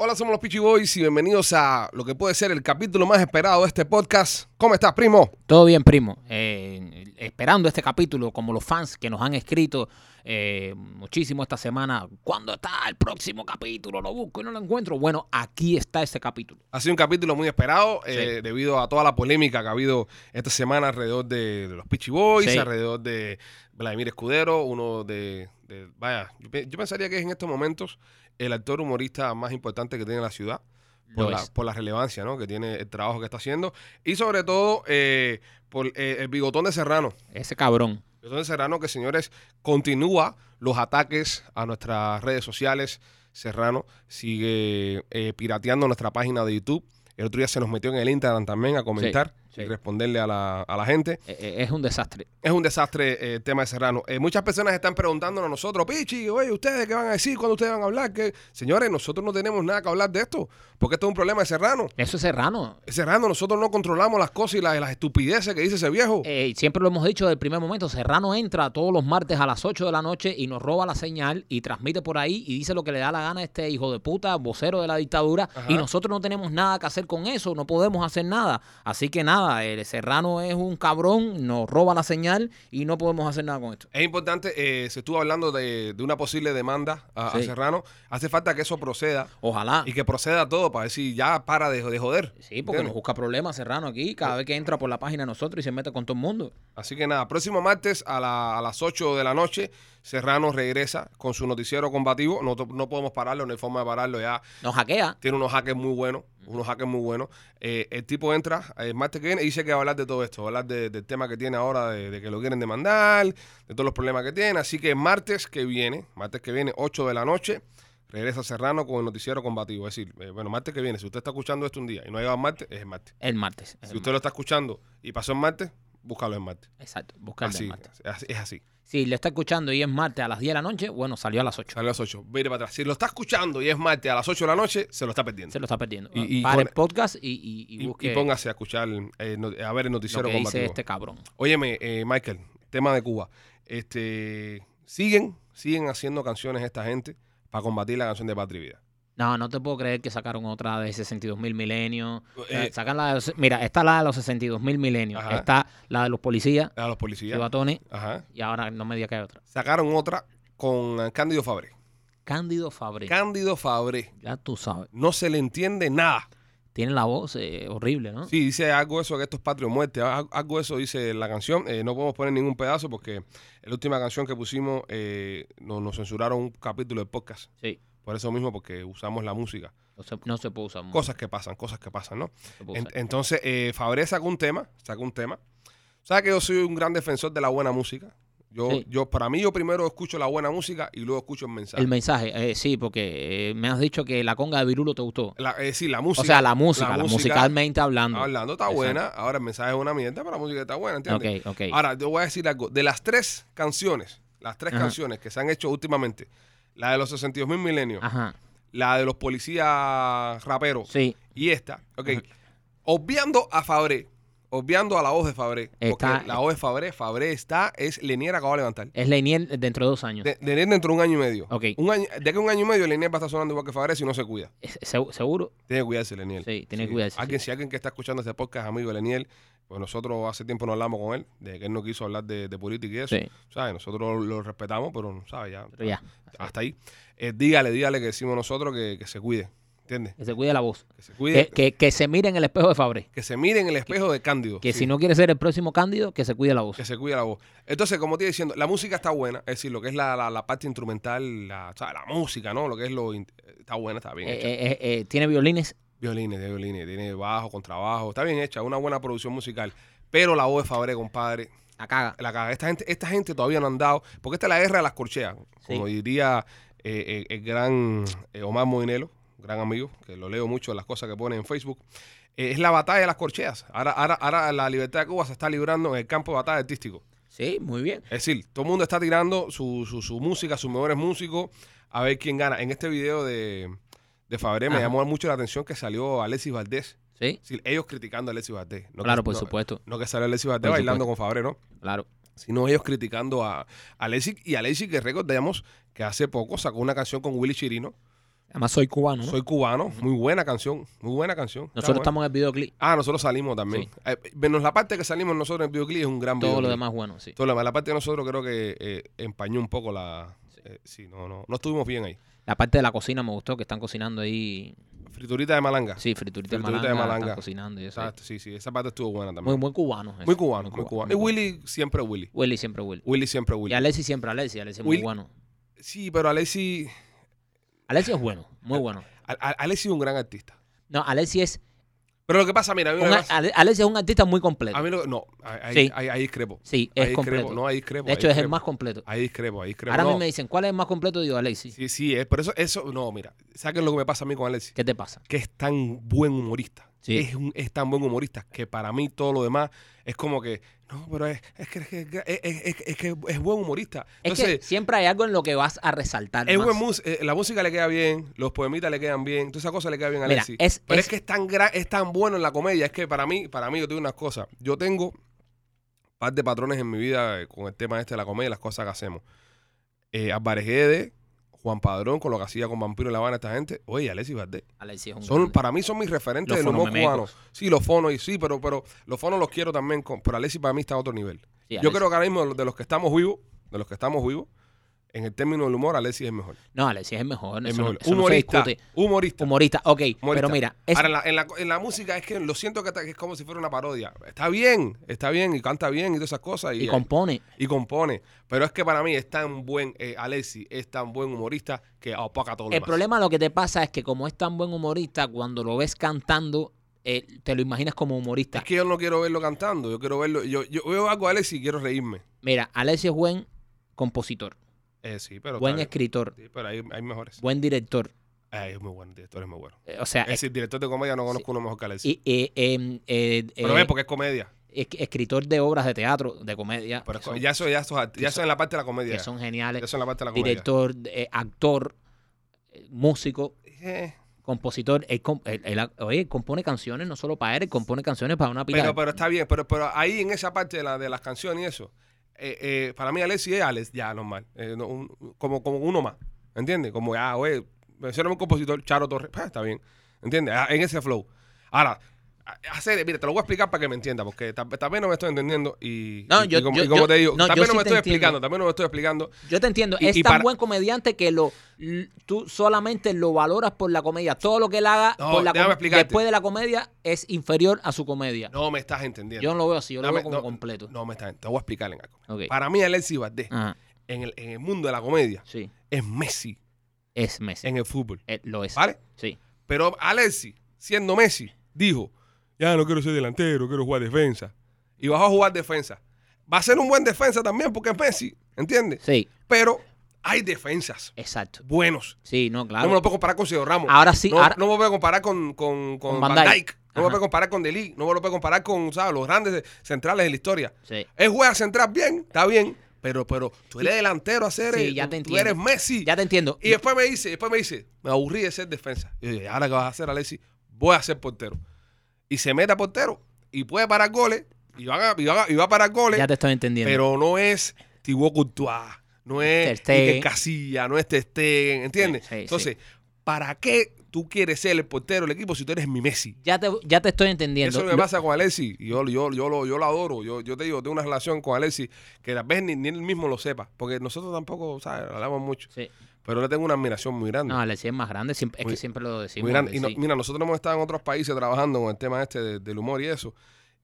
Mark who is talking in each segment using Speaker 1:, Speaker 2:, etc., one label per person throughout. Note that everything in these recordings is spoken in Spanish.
Speaker 1: Hola, somos los Peachy Boys y bienvenidos a lo que puede ser el capítulo más esperado de este podcast. ¿Cómo estás, primo?
Speaker 2: Todo bien, primo. Eh, esperando este capítulo, como los fans que nos han escrito eh, muchísimo esta semana. ¿Cuándo está el próximo capítulo? Lo busco y no lo encuentro. Bueno, aquí está ese capítulo.
Speaker 1: Ha sido un capítulo muy esperado eh, debido a toda la polémica que ha habido esta semana alrededor de, de los Peachy Boys,
Speaker 2: Sí.
Speaker 1: alrededor de Vladimir Escudero, uno de... de- vaya, yo, pe- yo pensaría que es en estos momentos el actor humorista más importante que tiene la ciudad.
Speaker 2: Lo
Speaker 1: por la,
Speaker 2: es.
Speaker 1: por la relevancia ¿no? que tiene el trabajo que está haciendo y sobre todo eh, por eh, el bigotón de Serrano.
Speaker 2: Ese cabrón.
Speaker 1: El bigotón de Serrano que, señores, continúa los ataques a nuestras redes sociales. Serrano sigue eh, pirateando nuestra página de YouTube. El otro día se nos metió en el Instagram también a comentar
Speaker 2: sí.
Speaker 1: y responderle a la, a la gente.
Speaker 2: Eh, eh, es un desastre.
Speaker 1: Es un desastre eh, el tema de Serrano. Eh, muchas personas están preguntándonos a nosotros, Pichi, oye, ¿ustedes qué van a decir? ¿Cuándo ustedes van a hablar? ¿Qué? Señores, nosotros no tenemos nada que hablar de esto, porque esto es un problema de Serrano.
Speaker 2: Eso es serrano.
Speaker 1: Serrano, nosotros no controlamos las cosas y las, las estupideces que dice ese viejo.
Speaker 2: Eh, siempre lo hemos dicho desde el primer momento, Serrano entra todos los martes a las 8 de la noche y nos roba la señal y transmite por ahí y dice lo que le da la gana a este hijo de puta, vocero de la dictadura,
Speaker 1: Ajá.
Speaker 2: y nosotros no tenemos nada que hacer con eso, no podemos hacer nada. Así que nada, el Serrano es un cabrón, nos roba la señal y no podemos hacer nada con esto.
Speaker 1: Es importante, eh, se estuvo hablando de, de una posible demanda a, a
Speaker 2: Sí.
Speaker 1: Serrano. Hace falta que eso proceda
Speaker 2: Ojalá.
Speaker 1: y que proceda todo para decir ya para de, de joder.
Speaker 2: Sí, porque nos
Speaker 1: ¿Entiendes?
Speaker 2: busca problemas Serrano aquí cada
Speaker 1: Pues
Speaker 2: vez que entra por la página de nosotros y se mete con todo el mundo.
Speaker 1: Así que nada, próximo martes a, la- a las 8 de la noche, Serrano regresa con su noticiero combativo. No, no podemos pararlo, no hay forma de pararlo ya.
Speaker 2: Nos hackea.
Speaker 1: Tiene unos hackers muy buenos, unos hackers muy buenos. Eh, el tipo entra eh, el martes que viene y dice que va a hablar de todo esto, va a hablar de- del tema que tiene ahora, de, de que lo quieren demandar, de todos los problemas que tiene. Así que martes que viene, martes que viene, 8 de la noche, regresa Serrano con el noticiero combativo. Es decir, eh, bueno, martes que viene, si usted está escuchando esto un día y no ha llegado el martes, es el martes.
Speaker 2: El martes. El
Speaker 1: Si usted lo está escuchando y pasó el martes, búscalo el martes.
Speaker 2: martes. Exacto, buscarle el
Speaker 1: Así,
Speaker 2: martes.
Speaker 1: así- es así.
Speaker 2: Si le está escuchando y es martes a las 10 de la noche, bueno, salió a las 8.
Speaker 1: Sale a las 8. Mire para atrás. Si lo está escuchando y es martes a las 8 de la noche, se lo está perdiendo.
Speaker 2: Se lo está perdiendo.
Speaker 1: Y- y
Speaker 2: Para el
Speaker 1: con-
Speaker 2: podcast y, y, y
Speaker 1: Y,
Speaker 2: busque
Speaker 1: y póngase a escuchar, eh, no- a ver el
Speaker 2: lo
Speaker 1: noticiero
Speaker 2: que
Speaker 1: combativo.
Speaker 2: dice este cabrón.
Speaker 1: Óyeme, eh, Michael, tema de Cuba. Este, siguen, siguen haciendo canciones esta gente para combatir la canción de Patria y Vida.
Speaker 2: No, no te puedo creer que sacaron otra de 62 mil milenios. O sea,
Speaker 1: Eh,
Speaker 2: sacan la de los- mira, está la de los 62 mil milenios.
Speaker 1: Ajá.
Speaker 2: Está la de los policías,
Speaker 1: A los policías.
Speaker 2: batones
Speaker 1: Ajá.
Speaker 2: y ahora no me diga que hay otra.
Speaker 1: Sacaron otra con eh, Cándido Fabré.
Speaker 2: Cándido Fabri.
Speaker 1: Cándido Fabré.
Speaker 2: ya tú sabes.
Speaker 1: No se le entiende nada.
Speaker 2: Tiene la voz eh, horrible, ¿no?
Speaker 1: Sí, dice algo eso que esto es patria o muerte. al- Algo eso dice la canción. Eh, no podemos poner ningún pedazo porque la última canción que pusimos eh, nos, nos censuraron un capítulo del podcast.
Speaker 2: Sí.
Speaker 1: Por eso mismo, porque usamos la música.
Speaker 2: No se, no se puede usar mucho.
Speaker 1: Cosas que pasan, cosas que pasan, ¿no?
Speaker 2: no se puede
Speaker 1: En-
Speaker 2: usar.
Speaker 1: entonces, eh, Fabré sacó un tema, sacó un tema. Sabes que yo soy un gran defensor de la buena música. Yo,
Speaker 2: Sí.
Speaker 1: yo, para mí, yo primero escucho la buena música y luego escucho el mensaje.
Speaker 2: El mensaje, eh, sí, porque eh, me has dicho que la conga de Virulo te gustó.
Speaker 1: La- eh, sí, la música.
Speaker 2: o sea, la música,
Speaker 1: la
Speaker 2: la
Speaker 1: música-
Speaker 2: musicalmente hablando.
Speaker 1: Hablando está
Speaker 2: Exacto.
Speaker 1: buena. Ahora el mensaje es una mierda, pero la música está buena, ¿entiendes?
Speaker 2: Ok, ok.
Speaker 1: Ahora, yo voy a decir algo. De las tres canciones, las tres
Speaker 2: Ajá.
Speaker 1: canciones que se han hecho últimamente, la de los 62 mil milenios,
Speaker 2: Ajá.
Speaker 1: la de los policías raperos
Speaker 2: Ah. Sí.
Speaker 1: y esta, ok. Obviando a Fabré, obviando a la voz de Fabré,
Speaker 2: Está-
Speaker 1: porque la voz de Fabré, Fabré está, es Lenier acaba de levantar.
Speaker 2: Es Leniel dentro de dos años.
Speaker 1: De, Lenier dentro de un año y medio.
Speaker 2: Ok.
Speaker 1: Un año- de que un año y medio Lenier va a estar sonando igual que Fabré si no se cuida.
Speaker 2: Se- se- Seguro.
Speaker 1: Tiene que cuidarse, Leniel.
Speaker 2: Sí, tiene que cuidarse,
Speaker 1: Alguien, Si alguien que está escuchando este podcast, amigo de Leniel, pues nosotros hace tiempo no hablamos con él, de que él no quiso hablar de, de política y eso.
Speaker 2: Sí.
Speaker 1: ¿Sabes? Nosotros lo respetamos, pero, ¿sabes? Ya,
Speaker 2: Pero ya.
Speaker 1: hasta ahí. Eh, dígale, dígale que decimos nosotros que, que se cuide. ¿Entiendes?
Speaker 2: Que se cuide la voz.
Speaker 1: Que se
Speaker 2: Que,
Speaker 1: cuide. Que,
Speaker 2: que, que se mire en el espejo de Fabre.
Speaker 1: se mire en el espejo de Cándido.
Speaker 2: Que
Speaker 1: sí,
Speaker 2: si no quiere ser el próximo Cándido, que se cuide la voz.
Speaker 1: Que se cuide la voz. Entonces, como te iba diciendo, la música está buena. Es decir, lo que es la, la- la parte instrumental, la, ¿sabes? la música, ¿no? Lo que es lo. in- Está buena, está bien
Speaker 2: Eh,
Speaker 1: hecha.
Speaker 2: eh, eh, eh, tiene violines.
Speaker 1: Violines, tiene violines, tiene bajo, contrabajo, está bien hecha, una buena producción musical. Pero la voz de Fabre, compadre,
Speaker 2: La caga.
Speaker 1: la caga. Esta gente, esta gente todavía no han dado, porque esta es la guerra de las corcheas, como diría eh, eh, el gran eh, Omar Moinelo, gran amigo, que lo leo mucho en las cosas que pone en Facebook. Eh, es la batalla de las corcheas. Ahora, ahora, ahora la libertad de Cuba se está librando en el campo de batalla artístico.
Speaker 2: Sí, muy bien.
Speaker 1: Es decir, todo el mundo está tirando su, su, su música, sus mejores músicos, a ver quién gana. En este video de, de Fabré me
Speaker 2: Ajá.
Speaker 1: llamó mucho la atención que salió Alexis Valdés.
Speaker 2: Sí.
Speaker 1: Es decir, ellos criticando a Alexis Valdés. No
Speaker 2: claro,
Speaker 1: que-
Speaker 2: por
Speaker 1: no-
Speaker 2: supuesto.
Speaker 1: No que salió Alexis Valdés
Speaker 2: Por
Speaker 1: bailando con Fabré, ¿no?
Speaker 2: Claro.
Speaker 1: Sino ellos criticando a, a Alexis. Y Alexis que recordemos que hace poco sacó una canción con Willy Chirino
Speaker 2: Además, soy cubano, ¿no?
Speaker 1: Soy cubano, muy buena canción, muy buena canción. Está
Speaker 2: Nosotros
Speaker 1: buena.
Speaker 2: estamos en el videoclip.
Speaker 1: Ah, nosotros salimos también. Eh, menos la parte que salimos nosotros en el videoclip es un gran
Speaker 2: Todo lo
Speaker 1: videoclip.
Speaker 2: demás bueno, sí.
Speaker 1: Todo lo demás. La parte de nosotros creo que eh, empañó un poco la... eh, sí, no, no. No estuvimos bien ahí.
Speaker 2: La parte de la cocina me gustó, que están cocinando ahí.
Speaker 1: Friturita de malanga.
Speaker 2: Sí, friturita, de
Speaker 1: Friturita de
Speaker 2: malanga,
Speaker 1: malanga.
Speaker 2: Están cocinando y eso.
Speaker 1: Exacto, sí, sí. Esa parte estuvo buena también.
Speaker 2: Muy,
Speaker 1: Muy,
Speaker 2: muy cubano. eso.
Speaker 1: cubano, muy cubano. Y Willy siempre Willy.
Speaker 2: Willy siempre Willy.
Speaker 1: Willy siempre Willy.
Speaker 2: Y Alexis siempre Alexis. Alexis es
Speaker 1: Willy-
Speaker 2: muy bueno.
Speaker 1: Sí, pero Alessi...
Speaker 2: Alexis es bueno, muy bueno.
Speaker 1: Al- Al- Alessi es un gran artista.
Speaker 2: No, Alexis es,
Speaker 1: Pero lo que pasa, mira, a mí, me
Speaker 2: un,
Speaker 1: pasa-
Speaker 2: Ale- Alexis es un artista muy completo.
Speaker 1: a mí lo que... No, ahí,
Speaker 2: Sí.
Speaker 1: ahí- ahí discrepo.
Speaker 2: Sí,
Speaker 1: Ahí
Speaker 2: es completo.
Speaker 1: discrepo. No, ahí discrepo.
Speaker 2: de
Speaker 1: ahí
Speaker 2: hecho, es el
Speaker 1: discrepo.
Speaker 2: más completo.
Speaker 1: Ahí discrepo, ahí discrepo.
Speaker 2: Ahora
Speaker 1: No,
Speaker 2: mismo me dicen, ¿cuál es el más completo? Digo, Alexis.
Speaker 1: Sí, sí, es, pero eso, eso, no, mira, saquen lo que me pasa a mí con Alexis,
Speaker 2: ¿Qué te pasa?
Speaker 1: que es tan buen humorista.
Speaker 2: Sí.
Speaker 1: Es, un- es tan buen humorista que para mí todo lo demás es como que, no, pero es, es que, es, que- es- es- es que es buen humorista.
Speaker 2: Es
Speaker 1: Entonces,
Speaker 2: que siempre hay algo en lo que vas a resaltar.
Speaker 1: es
Speaker 2: más.
Speaker 1: buen mus- eh, la música le queda bien, los poemitas le quedan bien, todas esas cosas le quedan bien a
Speaker 2: Mira,
Speaker 1: Alexis.
Speaker 2: es-
Speaker 1: pero es,
Speaker 2: es-
Speaker 1: que es tan, gra- es tan bueno en la comedia, es que para mí, para mí yo tengo unas cosas. Yo tengo un par de patrones en mi vida eh, con el tema este de la comedia y las cosas que hacemos. Eh, Álvarez Guedes, Juan Padrón, con lo que hacía con Vampiro en La Habana esta gente. Oye, Alexis Valdés.
Speaker 2: Alexis es un
Speaker 1: Son,
Speaker 2: grande.
Speaker 1: para mí son mis referentes
Speaker 2: Los
Speaker 1: del humor cubano.
Speaker 2: fonomemecos.
Speaker 1: Sí, los fonos y sí, pero, pero los fonos los quiero también, con- pero Alexis para mí está a otro nivel.
Speaker 2: Sí,
Speaker 1: Yo
Speaker 2: Alexis.
Speaker 1: creo que ahora mismo de los que estamos vivos, de los que estamos vivos, en el término del humor, Alexis es mejor.
Speaker 2: No, Alexis es el mejor.
Speaker 1: Es
Speaker 2: eso no-
Speaker 1: mejor.
Speaker 2: eso no se
Speaker 1: humorista,
Speaker 2: discute.
Speaker 1: humorista.
Speaker 2: Humorista, ok.
Speaker 1: humorista.
Speaker 2: Pero mira, es,
Speaker 1: Ahora, en la, en, la, en la música es que lo siento que, está- que es como si fuera una parodia. Está bien, está bien y canta bien y todas esas cosas. Y, eh,
Speaker 2: y compone.
Speaker 1: y compone. Pero es que para mí es tan buen, eh, Alexis es tan buen humorista que opaca todo lo
Speaker 2: El
Speaker 1: demás.
Speaker 2: problema lo que te pasa es que como es tan buen humorista, cuando lo ves cantando, eh, te lo imaginas como humorista.
Speaker 1: Es que yo no quiero verlo cantando, yo quiero verlo. Yo, yo veo algo a Alexis y quiero reírme.
Speaker 2: Mira, Alexis es buen compositor,
Speaker 1: Eh, sí, pero.
Speaker 2: buen
Speaker 1: está bien.
Speaker 2: escritor,
Speaker 1: Sí, pero hay, hay mejores.
Speaker 2: buen director.
Speaker 1: Ay, es muy bueno, el director es muy bueno.
Speaker 2: Eh, O sea,
Speaker 1: Es decir, director de comedia no conozco uno mejor que Alexis.
Speaker 2: y- eh, eh, eh,
Speaker 1: pero
Speaker 2: eh,
Speaker 1: es porque es comedia.
Speaker 2: es- escritor de obras de teatro, de comedia,
Speaker 1: Pero
Speaker 2: que son,
Speaker 1: ya eso, ya eso, ya eso en la parte de la comedia.
Speaker 2: que son geniales.
Speaker 1: Ya eso en la parte de la comedia.
Speaker 2: director, eh, actor, eh, músico,
Speaker 1: Eh,
Speaker 2: compositor. Él, com- él- él ha- oye, él compone canciones no solo para él, él compone canciones para una pila.
Speaker 1: pero,
Speaker 2: de-
Speaker 1: pero está bien, pero, pero ahí en esa parte de, la, de las canciones y eso, eh, eh, para mí Alexis es Alex, ya normal, eh, no, un- como, como uno más, ¿entiendes? Como, ah, oye, mencioname un compositor, Charo Torres, ah, está bien, ¿entiendes? Ah, en ese flow. Ahora, a- hacer, mira, te lo voy a explicar para que me entiendas, porque ta- también no me estoy entendiendo y,
Speaker 2: No,
Speaker 1: y-
Speaker 2: yo-
Speaker 1: y como,
Speaker 2: yo-
Speaker 1: y como
Speaker 2: yo-
Speaker 1: te digo,
Speaker 2: no, yo
Speaker 1: también no
Speaker 2: sí
Speaker 1: me
Speaker 2: te
Speaker 1: estoy
Speaker 2: entiendo.
Speaker 1: explicando, también no me estoy explicando.
Speaker 2: Yo te entiendo,
Speaker 1: Y-
Speaker 2: es
Speaker 1: y
Speaker 2: tan
Speaker 1: para-
Speaker 2: buen comediante que lo l- tú solamente lo valoras por la comedia. Todo lo que él haga
Speaker 1: No,
Speaker 2: por la
Speaker 1: déjame
Speaker 2: com-
Speaker 1: explicarte.
Speaker 2: después de la comedia es inferior a su comedia.
Speaker 1: No me estás entendiendo.
Speaker 2: yo no lo veo así, yo lo
Speaker 1: Dame-
Speaker 2: veo como
Speaker 1: no,
Speaker 2: completo.
Speaker 1: No me estás entendiendo, te voy a explicar en algo.
Speaker 2: Ok.
Speaker 1: Para mí Alexis Valdés,
Speaker 2: Ajá,
Speaker 1: en, el, en el mundo de la comedia,
Speaker 2: sí,
Speaker 1: es Messi
Speaker 2: es Messi.
Speaker 1: en el fútbol,
Speaker 2: Eh, lo es.
Speaker 1: ¿vale?
Speaker 2: Sí.
Speaker 1: Pero Alexis, siendo Messi, dijo, ya no quiero ser delantero, quiero jugar defensa. Y vas a jugar defensa. Va a ser un buen defensa también porque es Messi, ¿entiendes?
Speaker 2: Sí,
Speaker 1: Pero hay defensas
Speaker 2: exacto.
Speaker 1: buenos.
Speaker 2: Sí, no,
Speaker 1: No me
Speaker 2: claro.
Speaker 1: lo puedo comparar con Sergio Ramos.
Speaker 2: Ahora sí,
Speaker 1: No,
Speaker 2: ahora-
Speaker 1: no me lo puedo comparar con, con, con
Speaker 2: Con
Speaker 1: Van
Speaker 2: Van
Speaker 1: Dijk.
Speaker 2: Dijk.
Speaker 1: No me lo
Speaker 2: Ajá.
Speaker 1: puedo comparar con Delí. No me lo puedo comparar con ¿sabes? los grandes centrales de la historia.
Speaker 2: Sí.
Speaker 1: Él juega central bien, está bien. Pero, pero tú eres delantero a ser.
Speaker 2: Sí,
Speaker 1: eh,
Speaker 2: ya te
Speaker 1: tú eres
Speaker 2: entiendo.
Speaker 1: Messi.
Speaker 2: Ya te entiendo.
Speaker 1: Y después me dice, después me dice, me aburrí de ser defensa. Y yo, dije, ahora qué vas a hacer, Alexis, voy a ser portero. Y se mete a portero y puede parar goles y va a, y van a- y va a parar goles,
Speaker 2: Ya te estoy entendiendo.
Speaker 1: pero no es Thibaut Courtois, no
Speaker 2: Ter
Speaker 1: es
Speaker 2: Stegen.
Speaker 1: Iker Casilla, no es Ter Stegen, ¿entiendes?
Speaker 2: Sí, sí,
Speaker 1: Entonces, ¿para qué tú quieres ser el portero del equipo si tú eres mi Messi?
Speaker 2: ya, te, ya te estoy entendiendo.
Speaker 1: Eso es lo que pasa con Alexis. Yo, yo, yo, lo, yo lo adoro. Yo, yo te digo, tengo una relación con Alexis que tal vez ni, ni él mismo lo sepa. Porque nosotros tampoco, ¿sabes? Hablamos mucho.
Speaker 2: Sí.
Speaker 1: Pero le tengo una admiración muy grande.
Speaker 2: No, Alexis es más grande, siempre- es
Speaker 1: Muy-
Speaker 2: que siempre lo decimos.
Speaker 1: Muy grande. Y no-
Speaker 2: Alexis.
Speaker 1: mira, nosotros hemos estado en otros países trabajando con el tema este de- del humor y eso.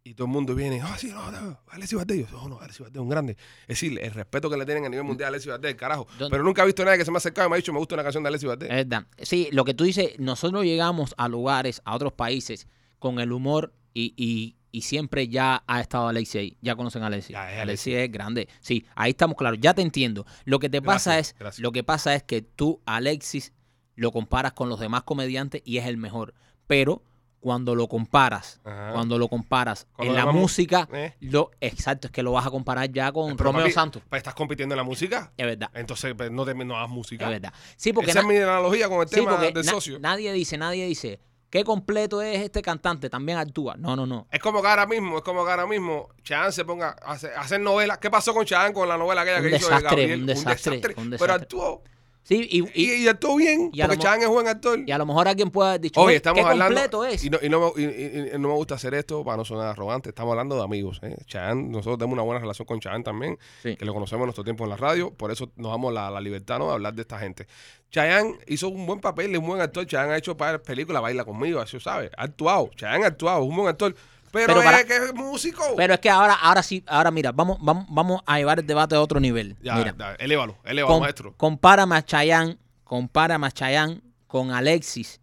Speaker 1: Y todo el mundo viene, ah, sí, no, no, Alexis Valdés. Yo, no, no, Alexis Valdés es un grande. Es decir, el respeto que le tienen a nivel mundial a Alexis Valdés, carajo.
Speaker 2: ¿Dónde?
Speaker 1: Pero nunca he visto a nadie que se me ha acercado y me ha dicho, me gusta una canción de Alexis Valdés.
Speaker 2: Es verdad. Eh, Sí, lo que tú dices, nosotros llegamos a lugares, a otros países, con el humor y, y- y siempre ya ha estado Alexis ahí. Ya conocen a Alexis.
Speaker 1: Ya es
Speaker 2: Alexis es grande. Sí, ahí estamos claros. Ya te entiendo. Lo que te pasa
Speaker 1: Gracias,
Speaker 2: es,
Speaker 1: gracias.
Speaker 2: lo que pasa es que tú, Alexis, lo comparas con los demás comediantes y es el mejor. Pero cuando lo comparas,
Speaker 1: Ajá.
Speaker 2: cuando lo comparas
Speaker 1: Con los
Speaker 2: en la
Speaker 1: demás mu-
Speaker 2: música,
Speaker 1: Eh.
Speaker 2: lo exacto es que lo vas a comparar ya con
Speaker 1: Pero,
Speaker 2: Romeo
Speaker 1: papi,
Speaker 2: Santos.
Speaker 1: pues, estás compitiendo en la música.
Speaker 2: Es verdad,
Speaker 1: Entonces, pues, no, te, no hagas
Speaker 2: es
Speaker 1: música.
Speaker 2: verdad. Sí, porque
Speaker 1: Esa
Speaker 2: na-
Speaker 1: es mi analogía con el
Speaker 2: Sí,
Speaker 1: tema
Speaker 2: porque
Speaker 1: de
Speaker 2: na-
Speaker 1: socio.
Speaker 2: nadie dice, nadie dice, qué completo es este cantante, también actúa. No, no, no.
Speaker 1: Es como que ahora mismo, es como que ahora mismo Chan se ponga a hacer, a hacer novelas. ¿Qué pasó con Chan con la novela aquella
Speaker 2: Un
Speaker 1: que hizo de
Speaker 2: desastre,
Speaker 1: Gabriel?
Speaker 2: un desastre, un
Speaker 1: Pero
Speaker 2: desastre.
Speaker 1: actuó.
Speaker 2: Sí, y,
Speaker 1: Y,
Speaker 2: y-
Speaker 1: y actuó bien,
Speaker 2: y a
Speaker 1: porque
Speaker 2: lo mo-
Speaker 1: Chan es buen actor.
Speaker 2: y a lo mejor alguien puede haber dicho,
Speaker 1: Oye,
Speaker 2: "Oye,
Speaker 1: estamos
Speaker 2: qué
Speaker 1: hablando.
Speaker 2: completo es.
Speaker 1: Y no, y no me- y- y- y no me gusta hacer esto para no sonar arrogante. Estamos hablando de amigos. ¿eh? Chan, nosotros tenemos una buena relación con Chan también,
Speaker 2: Sí.
Speaker 1: que lo conocemos en nuestro tiempo en la radio. Por eso nos damos la, la libertad ¿no? de hablar de esta gente. Chayanne hizo un buen papel, es un buen actor. Chayanne ha hecho pa- películas, baila conmigo, eso sabe. Ha actuado. Chayanne ha actuado, es un buen actor. Pero,
Speaker 2: Pero para-
Speaker 1: es que es músico.
Speaker 2: Pero es que ahora, ahora sí, ahora mira, vamos, vamos, vamos a llevar el debate a otro nivel.
Speaker 1: ya,
Speaker 2: mira,
Speaker 1: ya, elévalo, elévalo,
Speaker 2: com-
Speaker 1: maestro.
Speaker 2: compárame a Chayanne, compárame a Chayanne con Alexis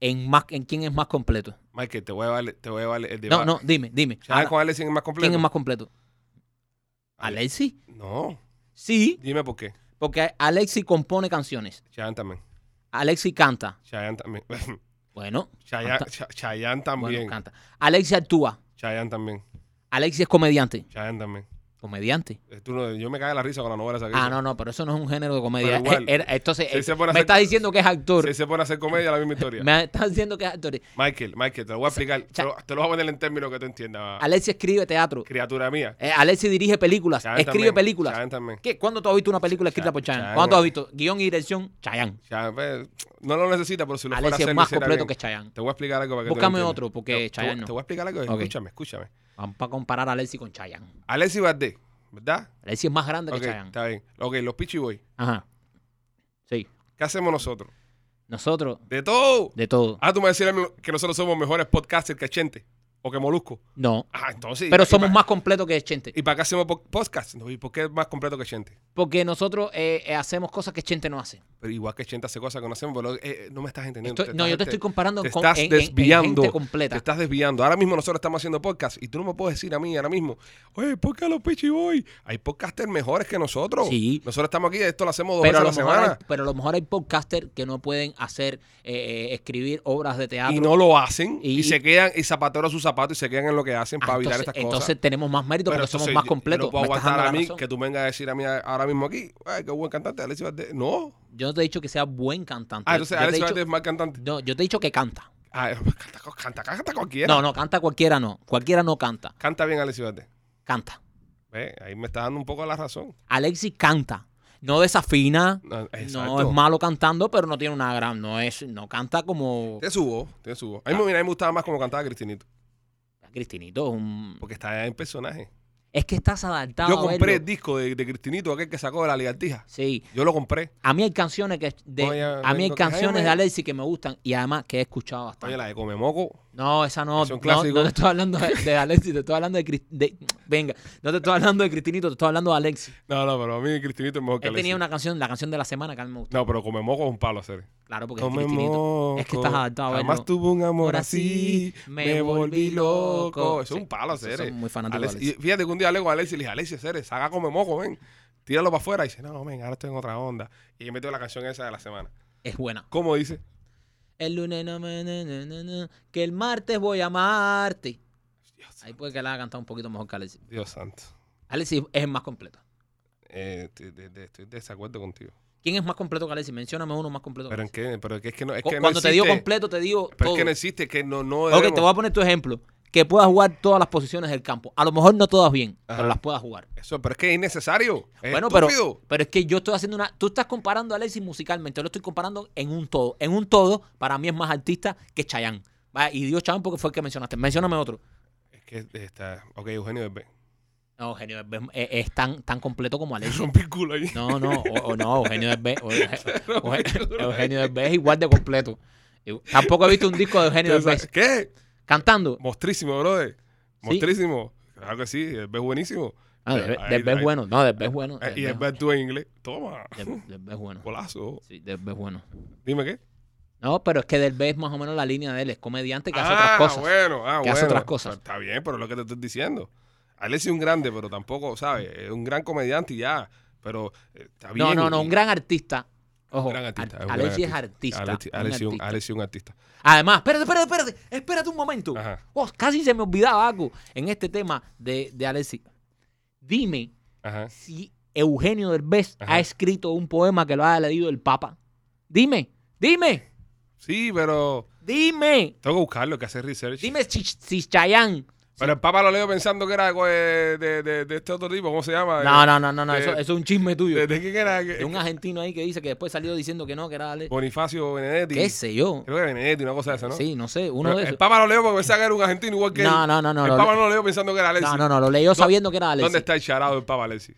Speaker 2: en más, en quién es más completo.
Speaker 1: Michael, te voy a llevar, te voy a llevar el debate.
Speaker 2: No, no, dime, dime.
Speaker 1: ¿Chayanne
Speaker 2: Ahora,
Speaker 1: con Alexis es más completo?
Speaker 2: ¿Quién es más completo?
Speaker 1: Ale-
Speaker 2: ¿Alexis?
Speaker 1: No,
Speaker 2: Sí,
Speaker 1: dime por qué.
Speaker 2: porque Alexis compone canciones.
Speaker 1: Chayanne también.
Speaker 2: Alexis canta.
Speaker 1: Chayanne también.
Speaker 2: Bueno,
Speaker 1: Chayanne,
Speaker 2: canta.
Speaker 1: Cha- Chayanne
Speaker 2: bueno,
Speaker 1: también.
Speaker 2: canta. Alexis actúa.
Speaker 1: Chayanne también.
Speaker 2: Alexis es comediante.
Speaker 1: Chayanne también.
Speaker 2: Comediante.
Speaker 1: Eh, tú no- yo me cago en la risa con la novela esa que
Speaker 2: Ah,
Speaker 1: hizo.
Speaker 2: no, no, pero eso no es un género de comedia.
Speaker 1: Pero igual,
Speaker 2: Era- entonces,
Speaker 1: si
Speaker 2: eh,
Speaker 1: se pone a
Speaker 2: me
Speaker 1: hacer-
Speaker 2: estás diciendo que es actor.
Speaker 1: Si se pone a hacer comedia, la misma historia.
Speaker 2: Me estás diciendo que es actor.
Speaker 1: Ah. Michael, Michael, te lo voy a explicar. Te
Speaker 2: Cha-
Speaker 1: lo, te lo voy a poner en términos que tú entiendas.
Speaker 2: Alexis escribe teatro.
Speaker 1: Criatura mía.
Speaker 2: Eh, Alexis dirige películas.
Speaker 1: Chayanne
Speaker 2: escribe
Speaker 1: también,
Speaker 2: películas.
Speaker 1: Chayanne también.
Speaker 2: ¿Qué? ¿Cuándo tú has visto una película escrita por Chayanne?
Speaker 1: Chayanne,
Speaker 2: ¿Cuándo tú
Speaker 1: bueno.
Speaker 2: has visto guión y dirección? Chayanne.
Speaker 1: Chayanne, pues, no lo necesita, pero si lo fuera a
Speaker 2: Alexis
Speaker 1: hacer, lo
Speaker 2: es más
Speaker 1: hiciera
Speaker 2: completo que
Speaker 1: bien.
Speaker 2: Chayanne.
Speaker 1: Te voy a explicar algo para que tú lo
Speaker 2: Búscame
Speaker 1: entiendas.
Speaker 2: otro, porque
Speaker 1: Te- te,
Speaker 2: Chayanne
Speaker 1: voy-
Speaker 2: no.
Speaker 1: Te voy a explicar algo.
Speaker 2: Ok.
Speaker 1: Escúchame, escúchame.
Speaker 2: Vamos a comparar a Alexis con Chayanne.
Speaker 1: Alexis Valdés, ¿verdad?
Speaker 2: Alexis es más grande
Speaker 1: Ok,
Speaker 2: que Chayanne.
Speaker 1: está bien. Ok, los Pichi Boy.
Speaker 2: Ajá. Sí.
Speaker 1: ¿Qué hacemos nosotros?
Speaker 2: Nosotros,
Speaker 1: De todo.
Speaker 2: de todo.
Speaker 1: Ah, tú me decías que nosotros somos mejores podcasters que Chente o que Molusco.
Speaker 2: No.
Speaker 1: Ah, entonces.
Speaker 2: Pero
Speaker 1: ¿y
Speaker 2: somos
Speaker 1: pa-
Speaker 2: más completos que Chente.
Speaker 1: ¿Y para qué hacemos po- podcast? No, ¿Y por qué es más completo que Chente?
Speaker 2: Porque nosotros eh, eh, hacemos cosas que Chente no hace.
Speaker 1: Pero igual que Chente hace cosas que no hacemos, pero eh, eh, no me estás entendiendo.
Speaker 2: Estoy- no, yo te estoy comparando
Speaker 1: te
Speaker 2: con
Speaker 1: estás
Speaker 2: en- en- en
Speaker 1: desviando.
Speaker 2: gente completa.
Speaker 1: Te estás desviando. Ahora mismo nosotros estamos haciendo podcast y tú no me puedes decir a mí ahora mismo, oye, ¿por qué los Pichi Boy? Hay podcasters mejores que nosotros.
Speaker 2: Sí.
Speaker 1: Nosotros estamos aquí, esto lo hacemos dos
Speaker 2: pero, a lo
Speaker 1: veces a la
Speaker 2: mejor hay,
Speaker 1: semana.
Speaker 2: pero a lo mejor hay podcasters que no pueden hacer, eh, eh, escribir obras de teatro.
Speaker 1: Y no lo hacen y,
Speaker 2: Y-
Speaker 1: se quedan, y zapatero a sus zapatos y se quedan en lo que hacen
Speaker 2: Ah,
Speaker 1: para evitar
Speaker 2: entonces,
Speaker 1: estas cosas.
Speaker 2: entonces tenemos más mérito porque somos
Speaker 1: entonces,
Speaker 2: más
Speaker 1: yo- Yo
Speaker 2: completos.
Speaker 1: no puedo
Speaker 2: Me estás
Speaker 1: aguantar
Speaker 2: dando
Speaker 1: a
Speaker 2: la
Speaker 1: mí
Speaker 2: razón.
Speaker 1: que tú vengas a decir a mí a- ahora mismo aquí, ay, qué buen cantante, Alexis Valdés. No.
Speaker 2: Yo no te he dicho que sea buen cantante.
Speaker 1: Ah, entonces
Speaker 2: yo, te he
Speaker 1: Alexis
Speaker 2: dicho-
Speaker 1: Valdés es más cantante.
Speaker 2: no, yo te he dicho que canta.
Speaker 1: Ah, canta, canta, canta cualquiera.
Speaker 2: No, no, canta cualquiera no. Cualquiera no canta.
Speaker 1: Canta bien Alexis Valdés.
Speaker 2: Canta.
Speaker 1: Ve, Ahí me está dando un poco la razón.
Speaker 2: Alexis canta. No desafina.
Speaker 1: No,
Speaker 2: No es malo cantando, pero no tiene una gran. No es, no canta como.
Speaker 1: Te subo, te subo. A mí, me- mira, a mí me gustaba más como cantaba Cristinito,
Speaker 2: Cristinito. es un-
Speaker 1: porque está en personaje.
Speaker 2: Es que estás adaptado
Speaker 1: Yo
Speaker 2: a verlo.
Speaker 1: compré el disco de, de Cristinito, aquel que sacó de la ligartija.
Speaker 2: Sí.
Speaker 1: Yo lo compré.
Speaker 2: A mí hay canciones que de,
Speaker 1: Oye,
Speaker 2: a mí hay
Speaker 1: vengo que-
Speaker 2: canciones
Speaker 1: Jaime.
Speaker 2: de Alexis que me gustan y además que he escuchado bastante.
Speaker 1: Oye, la de Comemoco.
Speaker 2: No, esa no.
Speaker 1: Es un
Speaker 2: no-
Speaker 1: clásico.
Speaker 2: No, te estoy hablando de, de Alexis, te estoy hablando de, Cris- de- Venga, no te estoy hablando de Cristinito, te estoy hablando de Alexis.
Speaker 1: No, no, pero a mí Cristinito es mejor que
Speaker 2: Él tenía
Speaker 1: Alexis.
Speaker 2: una canción, la canción de la semana que a mí me gusta.
Speaker 1: No, pero Comemoco es un palo hacer.
Speaker 2: Claro, porque es Cristinito.
Speaker 1: Comemoco.
Speaker 2: Es que estás adaptado a
Speaker 1: Jamás
Speaker 2: verlo.
Speaker 1: tuve un amor
Speaker 2: Ahora
Speaker 1: así.
Speaker 2: sí,
Speaker 1: Me volví loco. Eso es
Speaker 2: Sí,
Speaker 1: un palo
Speaker 2: eso
Speaker 1: hacer.
Speaker 2: soy muy fanático de
Speaker 1: Alexis-
Speaker 2: Alexis.
Speaker 1: y fíjate que un día le digo a Alexis y le dije, Alexis, Ceres, haga como moco, ven. Tíralo para afuera. Y dice, no, ven, ahora estoy en otra onda. Y yo meto la canción esa de la semana.
Speaker 2: Es buena.
Speaker 1: ¿Cómo dice?
Speaker 2: El lunes no me. na, na, na, na, que el martes voy a amarte. Ahí puede que la haya cantado un poquito mejor que Alexis.
Speaker 1: Dios santo.
Speaker 2: Alexis es el más completo.
Speaker 1: Eh, te- te- te- estoy en desacuerdo contigo.
Speaker 2: ¿Quién es más completo que Alexis? Mencióname uno más completo. que
Speaker 1: Pero, en
Speaker 2: Alexis.
Speaker 1: qué, pero que es que no, es
Speaker 2: Cu-
Speaker 1: que no
Speaker 2: Cuando te digo
Speaker 1: existe-
Speaker 2: completo, te digo.
Speaker 1: Pero
Speaker 2: todo.
Speaker 1: es que no existe, que no, no
Speaker 2: Ok,
Speaker 1: debemos-
Speaker 2: te voy a poner tu ejemplo. Que puedas jugar todas las posiciones del campo. A lo mejor no todas bien,
Speaker 1: Ajá.
Speaker 2: pero las puedas jugar.
Speaker 1: Eso, pero es que es innecesario. Es
Speaker 2: bueno, pero,
Speaker 1: estúpido.
Speaker 2: pero es que yo estoy haciendo una. Tú estás comparando a Alexis musicalmente. Yo lo estoy comparando en un todo. En un todo, para mí es más artista que Chayanne. Vaya, Y digo Chayanne porque fue el que mencionaste. Mencióname otro.
Speaker 1: Es que está... Ok, Eugenio, ven.
Speaker 2: No, Eugenio Derbez eh, es, tan, tan completo como Alexis.
Speaker 1: Rompí el culo ahí.
Speaker 2: No, no, o, o no, Eugenio Derbez. o- o- Eugenio Derbez es igual de completo. Y- Tampoco he visto un disco de Eugenio Derbez.
Speaker 1: ¿Qué?
Speaker 2: Cantando.
Speaker 1: Mostrísimo, brother.
Speaker 2: Sí.
Speaker 1: Mostrísimo. Claro que sí, el B es buenísimo.
Speaker 2: No,
Speaker 1: Eh,
Speaker 2: Derbez
Speaker 1: ahí-
Speaker 2: Derbez es
Speaker 1: ahí-
Speaker 2: bueno. No, Derbez es bueno.
Speaker 1: Eh, y el
Speaker 2: Derbez-
Speaker 1: B tú en inglés. Toma.
Speaker 2: Derb- Derbez es bueno.
Speaker 1: Golazo.
Speaker 2: Sí, Derbez es bueno.
Speaker 1: Dime qué.
Speaker 2: No, pero es que Derbez es más o menos la línea de él. Es comediante que hace otras cosas.
Speaker 1: bueno, ah,
Speaker 2: Que hace
Speaker 1: bueno.
Speaker 2: otras cosas.
Speaker 1: Está bien, pero es lo que te estoy diciendo. Alexis es un grande, pero tampoco, ¿sabes? Es un gran comediante y ya. Pero eh, está bien.
Speaker 2: No, no, no. Un gran artista. Ojo,
Speaker 1: gran artista, es
Speaker 2: Ar-
Speaker 1: un gran
Speaker 2: Alexis es
Speaker 1: artista. Alexis-
Speaker 2: artista. un
Speaker 1: Alexis es un-
Speaker 2: artista.
Speaker 1: Alexis es un artista.
Speaker 2: Además, espérate, espérate, espérate. Espérate un momento.
Speaker 1: Ajá.
Speaker 2: Oh, casi se me olvidaba algo en este tema de, de Alexis. Dime
Speaker 1: Ajá.
Speaker 2: si Eugenio Derbez
Speaker 1: Ajá.
Speaker 2: ha escrito un poema que lo haya leído el Papa. Dime, dime,
Speaker 1: Sí, pero
Speaker 2: dime.
Speaker 1: tengo que buscarlo, que hacer research.
Speaker 2: Dime si, si Chayanne
Speaker 1: Pero el Papa lo leo pensando que era eh, de, de- de este otro tipo, ¿cómo se llama?
Speaker 2: No,
Speaker 1: Eh,
Speaker 2: no, no, no, no,
Speaker 1: eh,
Speaker 2: eso, eso es un chisme tuyo.
Speaker 1: ¿De, de quién era?
Speaker 2: De un argentino ahí que dice que después salió diciendo que no, que era Ale.
Speaker 1: Bonifacio Benedetti.
Speaker 2: ¿Qué sé yo?
Speaker 1: Creo que Benedetti, una cosa de esa, ¿no?
Speaker 2: Sí, no sé, uno
Speaker 1: Pero
Speaker 2: de
Speaker 1: el
Speaker 2: esos.
Speaker 1: Papa lo leo porque pensaba que era un argentino igual que
Speaker 2: No,
Speaker 1: él.
Speaker 2: no, no, no,
Speaker 1: El
Speaker 2: lo-
Speaker 1: Papa no lo leo pensando que era Alexis.
Speaker 2: No, no, no, lo leyó sabiendo que era Ale.
Speaker 1: ¿Dónde está el charado del Papa Alexis?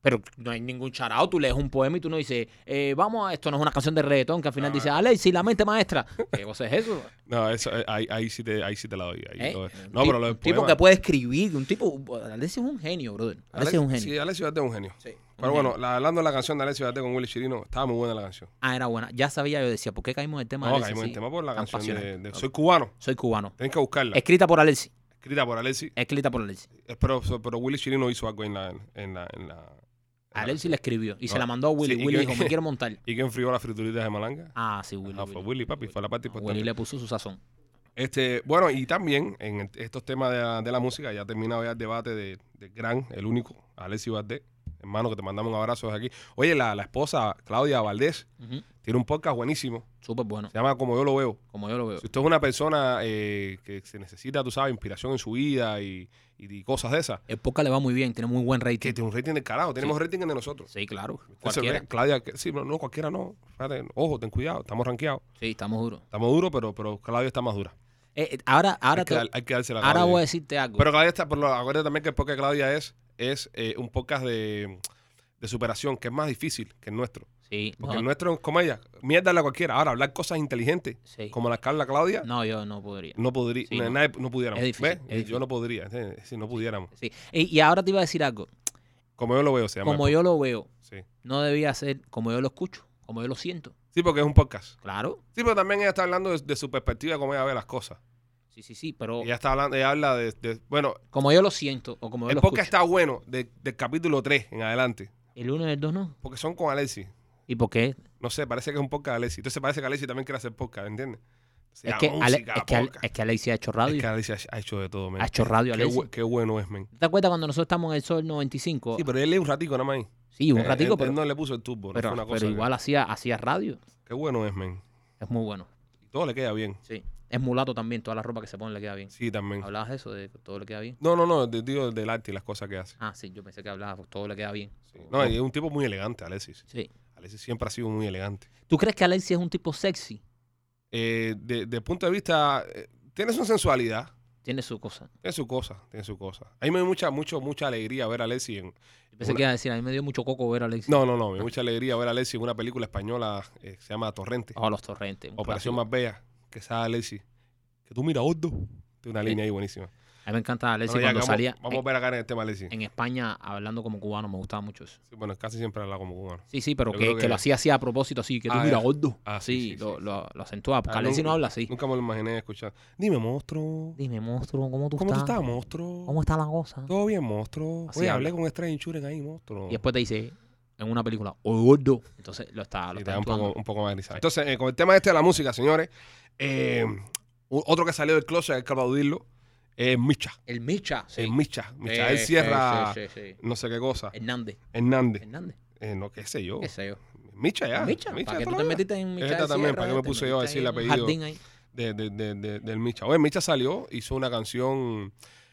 Speaker 2: Pero no hay ningún charao, tú lees un poema y tú no dices, eh, vamos a esto, no es una canción de reggaetón que al final dice, Alexis, la mente maestra. ¿Qué cosa es eso?
Speaker 1: No, eso, eh, ahí, ahí sí te, ahí sí te la doy. ahí
Speaker 2: ¿Eh?
Speaker 1: lo-
Speaker 2: Un
Speaker 1: No,
Speaker 2: ti-
Speaker 1: pero lo del
Speaker 2: un tipo
Speaker 1: poema.
Speaker 2: que puede escribir, un tipo, Alexis es un genio, brother. Alexis es un genio.
Speaker 1: Sí, Alexis Valdés es un genio.
Speaker 2: Sí, un
Speaker 1: Pero bueno, la- hablando de la canción de Alexis Valdés con Willy Chirino, estaba muy buena la canción.
Speaker 2: Ah, era buena. Ya sabía, yo decía, ¿por qué caímos en el tema
Speaker 1: No,
Speaker 2: de Alexis?
Speaker 1: caímos en
Speaker 2: Sí,
Speaker 1: tema por la
Speaker 2: tan
Speaker 1: canción de,
Speaker 2: apasionante.
Speaker 1: de Soy cubano.
Speaker 2: Soy cubano.
Speaker 1: Tienen que buscarla.
Speaker 2: Escrita por Alexis.
Speaker 1: Escrita por Alexis.
Speaker 2: Escrita por Alexis.
Speaker 1: Eh, Pero, pero Willy Chirino hizo algo en la. En la, en la en la
Speaker 2: Alexis la escribió y se
Speaker 1: No.
Speaker 2: la mandó a Willy.
Speaker 1: Sí, y
Speaker 2: Willy
Speaker 1: yo-
Speaker 2: dijo, me quiero montar.
Speaker 1: ¿Y quién frió las frituritas de Malanga?
Speaker 2: Ah, sí, Willy. Ah,
Speaker 1: Ah, fue Willy, papi, fue la parte importante.
Speaker 2: Willy le puso su sazón.
Speaker 1: Este, bueno, y también en el- estos temas de la, de la música, ya terminado ya el debate de, de Gran, el único, Alexis Valdés. Hermano, que te mandamos un abrazo desde aquí. Oye, la, la esposa Claudia Valdés
Speaker 2: Ujú.
Speaker 1: tiene un podcast buenísimo.
Speaker 2: Súper bueno,
Speaker 1: Se llama Como Yo Lo Veo.
Speaker 2: como yo lo veo.
Speaker 1: Si usted es una persona eh, que se necesita, tú sabes, inspiración en su vida y, y- y cosas de esas,
Speaker 2: El podcast le va muy bien, tiene muy buen rating.
Speaker 1: que tiene un rating del carajo. Tenemos rating de nosotros.
Speaker 2: Sí, claro.
Speaker 1: Entonces,
Speaker 2: Cualquiera.
Speaker 1: eh, Claudia, que- sí, no, no, cualquiera no. Fíjate, ojo, ten cuidado, estamos rankeados.
Speaker 2: Sí, estamos duros.
Speaker 1: Estamos duros, pero, pero Claudia está más dura.
Speaker 2: Eh, eh, ahora ahora,
Speaker 1: hay, que,
Speaker 2: te-
Speaker 1: dar- hay que dársela a
Speaker 2: ahora
Speaker 1: Claudia.
Speaker 2: voy a decirte algo.
Speaker 1: Pero Claudia está, por lo acuérdate también que el podcast de Claudia es, es eh, un podcast de, de superación, que es más difícil que el nuestro.
Speaker 2: sí,
Speaker 1: Porque
Speaker 2: no,
Speaker 1: el nuestro es como ella, mierda la cualquiera. Ahora, hablar cosas inteligentes,
Speaker 2: sí.
Speaker 1: como las Carla Claudia, no,
Speaker 2: No, yo no podría.
Speaker 1: podría,
Speaker 2: Sí,
Speaker 1: na-
Speaker 2: no.
Speaker 1: nadie- no pudiéramos.
Speaker 2: Es difícil,
Speaker 1: ¿Ves?
Speaker 2: es difícil.
Speaker 1: Yo no podría, eh, si no pudiéramos.
Speaker 2: Sí. Y, y ahora te iba a decir algo.
Speaker 1: Como yo lo veo, se llama.
Speaker 2: Como
Speaker 1: el
Speaker 2: yo lo veo,
Speaker 1: podcast, Sí.
Speaker 2: no debía ser como yo lo escucho, como yo lo siento.
Speaker 1: sí, porque es un podcast.
Speaker 2: Claro.
Speaker 1: Sí, pero también ella está hablando de, de su perspectiva, cómo ella ve las cosas.
Speaker 2: Sí, sí, sí, pero
Speaker 1: Ella está hablando, ella habla de, de- bueno,
Speaker 2: como yo lo siento o como yo
Speaker 1: el
Speaker 2: lo
Speaker 1: podcast
Speaker 2: escucho.
Speaker 1: está bueno de- del capítulo 3 en adelante,
Speaker 2: El uno y el dos no.
Speaker 1: porque son con Alexis.
Speaker 2: ¿Y por qué?
Speaker 1: No sé, parece que es un podcast de Alexis. Entonces parece que Alexis también quiere hacer podcast, ¿entiendes? Este,
Speaker 2: es, que Ale- es, que, Ale- es que Alexis ha hecho radio.
Speaker 1: Alexis ha, ha hecho de todo, men.
Speaker 2: ha hecho radio,
Speaker 1: Qué,
Speaker 2: Alexis.
Speaker 1: bu- qué bueno es, men.
Speaker 2: ¿Te acuerdas cuando nosotros estamos en el Sol 95?
Speaker 1: Sí, pero él lee un ratico nada más. ahí.
Speaker 2: Sí, un
Speaker 1: Él-
Speaker 2: ratico,
Speaker 1: él-
Speaker 2: pero,
Speaker 1: Él no le puso el turbo. no
Speaker 2: pero,
Speaker 1: fue una
Speaker 2: pero
Speaker 1: cosa que-
Speaker 2: igual hacía, hacía radio.
Speaker 1: Qué bueno es, men.
Speaker 2: Es muy bueno.
Speaker 1: Y todo le queda bien.
Speaker 2: Sí. Es mulato también, toda la ropa que se pone le queda bien.
Speaker 1: Sí, también.
Speaker 2: ¿Hablabas de eso, de que todo le queda bien?
Speaker 1: No, no, no. de- Digo, del arte y las cosas que hace.
Speaker 2: Ah, sí, yo pensé que hablabas, pues, todo le queda bien.
Speaker 1: Sí. No, y es un tipo muy elegante, Alexis.
Speaker 2: Sí.
Speaker 1: Alexis siempre ha sido muy elegante.
Speaker 2: ¿Tú crees que Alexis es un tipo sexy?
Speaker 1: Eh, de, de punto de vista, eh, tiene su sensualidad.
Speaker 2: Tiene su cosa.
Speaker 1: Tiene su cosa, tiene su cosa. A mí me dio mucha, mucho, mucha alegría ver a Alexis en,
Speaker 2: Yo pensé
Speaker 1: Una-
Speaker 2: que iba a decir, a mí me dio mucho coco ver a Alexis.
Speaker 1: No, no, no. Me dio mucha alegría ver a Alexis en una película española eh, que se llama Torrente.
Speaker 2: O Oh, los torrentes. Ah, un
Speaker 1: Operación
Speaker 2: clásico.
Speaker 1: más bella. Que sale Alexis. Que tú mira Ordo. Tiene una
Speaker 2: Sí.
Speaker 1: línea ahí buenísima.
Speaker 2: A mí me encanta Alexis
Speaker 1: Bueno, ya
Speaker 2: cuando
Speaker 1: que vamos,
Speaker 2: salía eh.
Speaker 1: vamos a
Speaker 2: en,
Speaker 1: ver acá en el tema Alexis.
Speaker 2: en España hablando como cubano, me gustaba mucho eso.
Speaker 1: Sí, bueno, casi siempre habla como cubano.
Speaker 2: Sí, sí, pero
Speaker 1: Yo
Speaker 2: que,
Speaker 1: creo
Speaker 2: que
Speaker 1: que-
Speaker 2: lo hacía así a propósito, así, que tú
Speaker 1: Ah,
Speaker 2: mira
Speaker 1: ya.
Speaker 2: gordo.
Speaker 1: Ah,
Speaker 2: sí,
Speaker 1: sí, sí,
Speaker 2: lo,
Speaker 1: sí,
Speaker 2: Lo, lo acentuaba, porque
Speaker 1: Ah,
Speaker 2: Alexis no
Speaker 1: nunca-
Speaker 2: habla así.
Speaker 1: Nunca me lo imaginé escuchar. Dime, monstruo.
Speaker 2: Dime, monstruo, ¿cómo tú
Speaker 1: ¿Cómo tú
Speaker 2: estás?
Speaker 1: estás, monstruo?
Speaker 2: ¿Cómo está la cosa?
Speaker 1: ¿Todo bien, monstruo?
Speaker 2: Así
Speaker 1: Oye,
Speaker 2: habla.
Speaker 1: hablé con Strange Insurance ahí, monstruo.
Speaker 2: Y después te dice, en una película, o gordo. Entonces lo está, lo
Speaker 1: Sí, te
Speaker 2: está
Speaker 1: da un
Speaker 2: actuando.
Speaker 1: poco, un poco más grisado. Entonces, eh, con el tema este de la música, señores, eh, u- otro que salió del closet, hay que aplaudirlo, es Micha.
Speaker 2: El Micha. Sí.
Speaker 1: Es Micha. Ah. Michael
Speaker 2: Sí, sí,
Speaker 1: Sierra,
Speaker 2: sí, sí, sí.
Speaker 1: no sé qué cosa.
Speaker 2: Hernández.
Speaker 1: Hernández.
Speaker 2: Hernández.
Speaker 1: Eh, no, qué sé yo.
Speaker 2: Eh, ¿Qué sé yo?
Speaker 1: Micha ya.
Speaker 2: Micha. ¿Para
Speaker 1: toda
Speaker 2: qué tú te
Speaker 1: la vida.
Speaker 2: metiste en Micha?
Speaker 1: Esta
Speaker 2: de
Speaker 1: también,
Speaker 2: Sierra,
Speaker 1: ¿para qué me
Speaker 2: te
Speaker 1: puse yo a decir
Speaker 2: metiste
Speaker 1: el
Speaker 2: ahí en un
Speaker 1: apellido?
Speaker 2: jardín ahí?
Speaker 1: De- de- de- de- del Micha. Oye, Micha salió, hizo una canción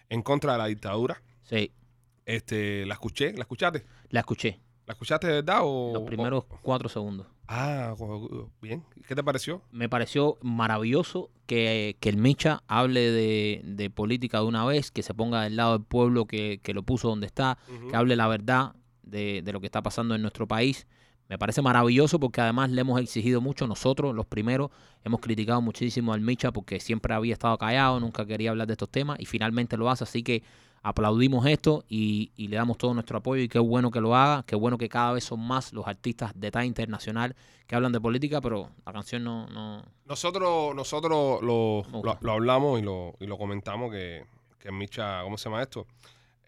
Speaker 1: en contra de la dictadura.
Speaker 2: Sí,
Speaker 1: Este, la escuché, la escuchaste.
Speaker 2: la escuché.
Speaker 1: ¿La escuchaste de verdad o...?
Speaker 2: Los primeros cuatro segundos.
Speaker 1: o- ah, o- bien. ¿Qué te pareció?
Speaker 2: me pareció maravilloso que, que el Micha hable de, de política de una vez, que se ponga del lado del pueblo que, que lo puso donde está, que hable la verdad de, de lo que está pasando en nuestro país. Me parece maravilloso porque además le hemos exigido mucho nosotros, los primeros, hemos criticado muchísimo al Micha porque siempre había estado callado, nunca quería hablar de estos temas y finalmente lo hace, así que aplaudimos esto y, y le damos todo nuestro apoyo y qué bueno que lo haga, qué bueno que cada vez son más los artistas de talla internacional que hablan de política, pero la canción no, no,
Speaker 1: Nosotros, nosotros lo,
Speaker 2: Me
Speaker 1: lo,
Speaker 2: gusta.
Speaker 1: lo hablamos y lo, y lo comentamos que, que Micha, ¿cómo se llama esto?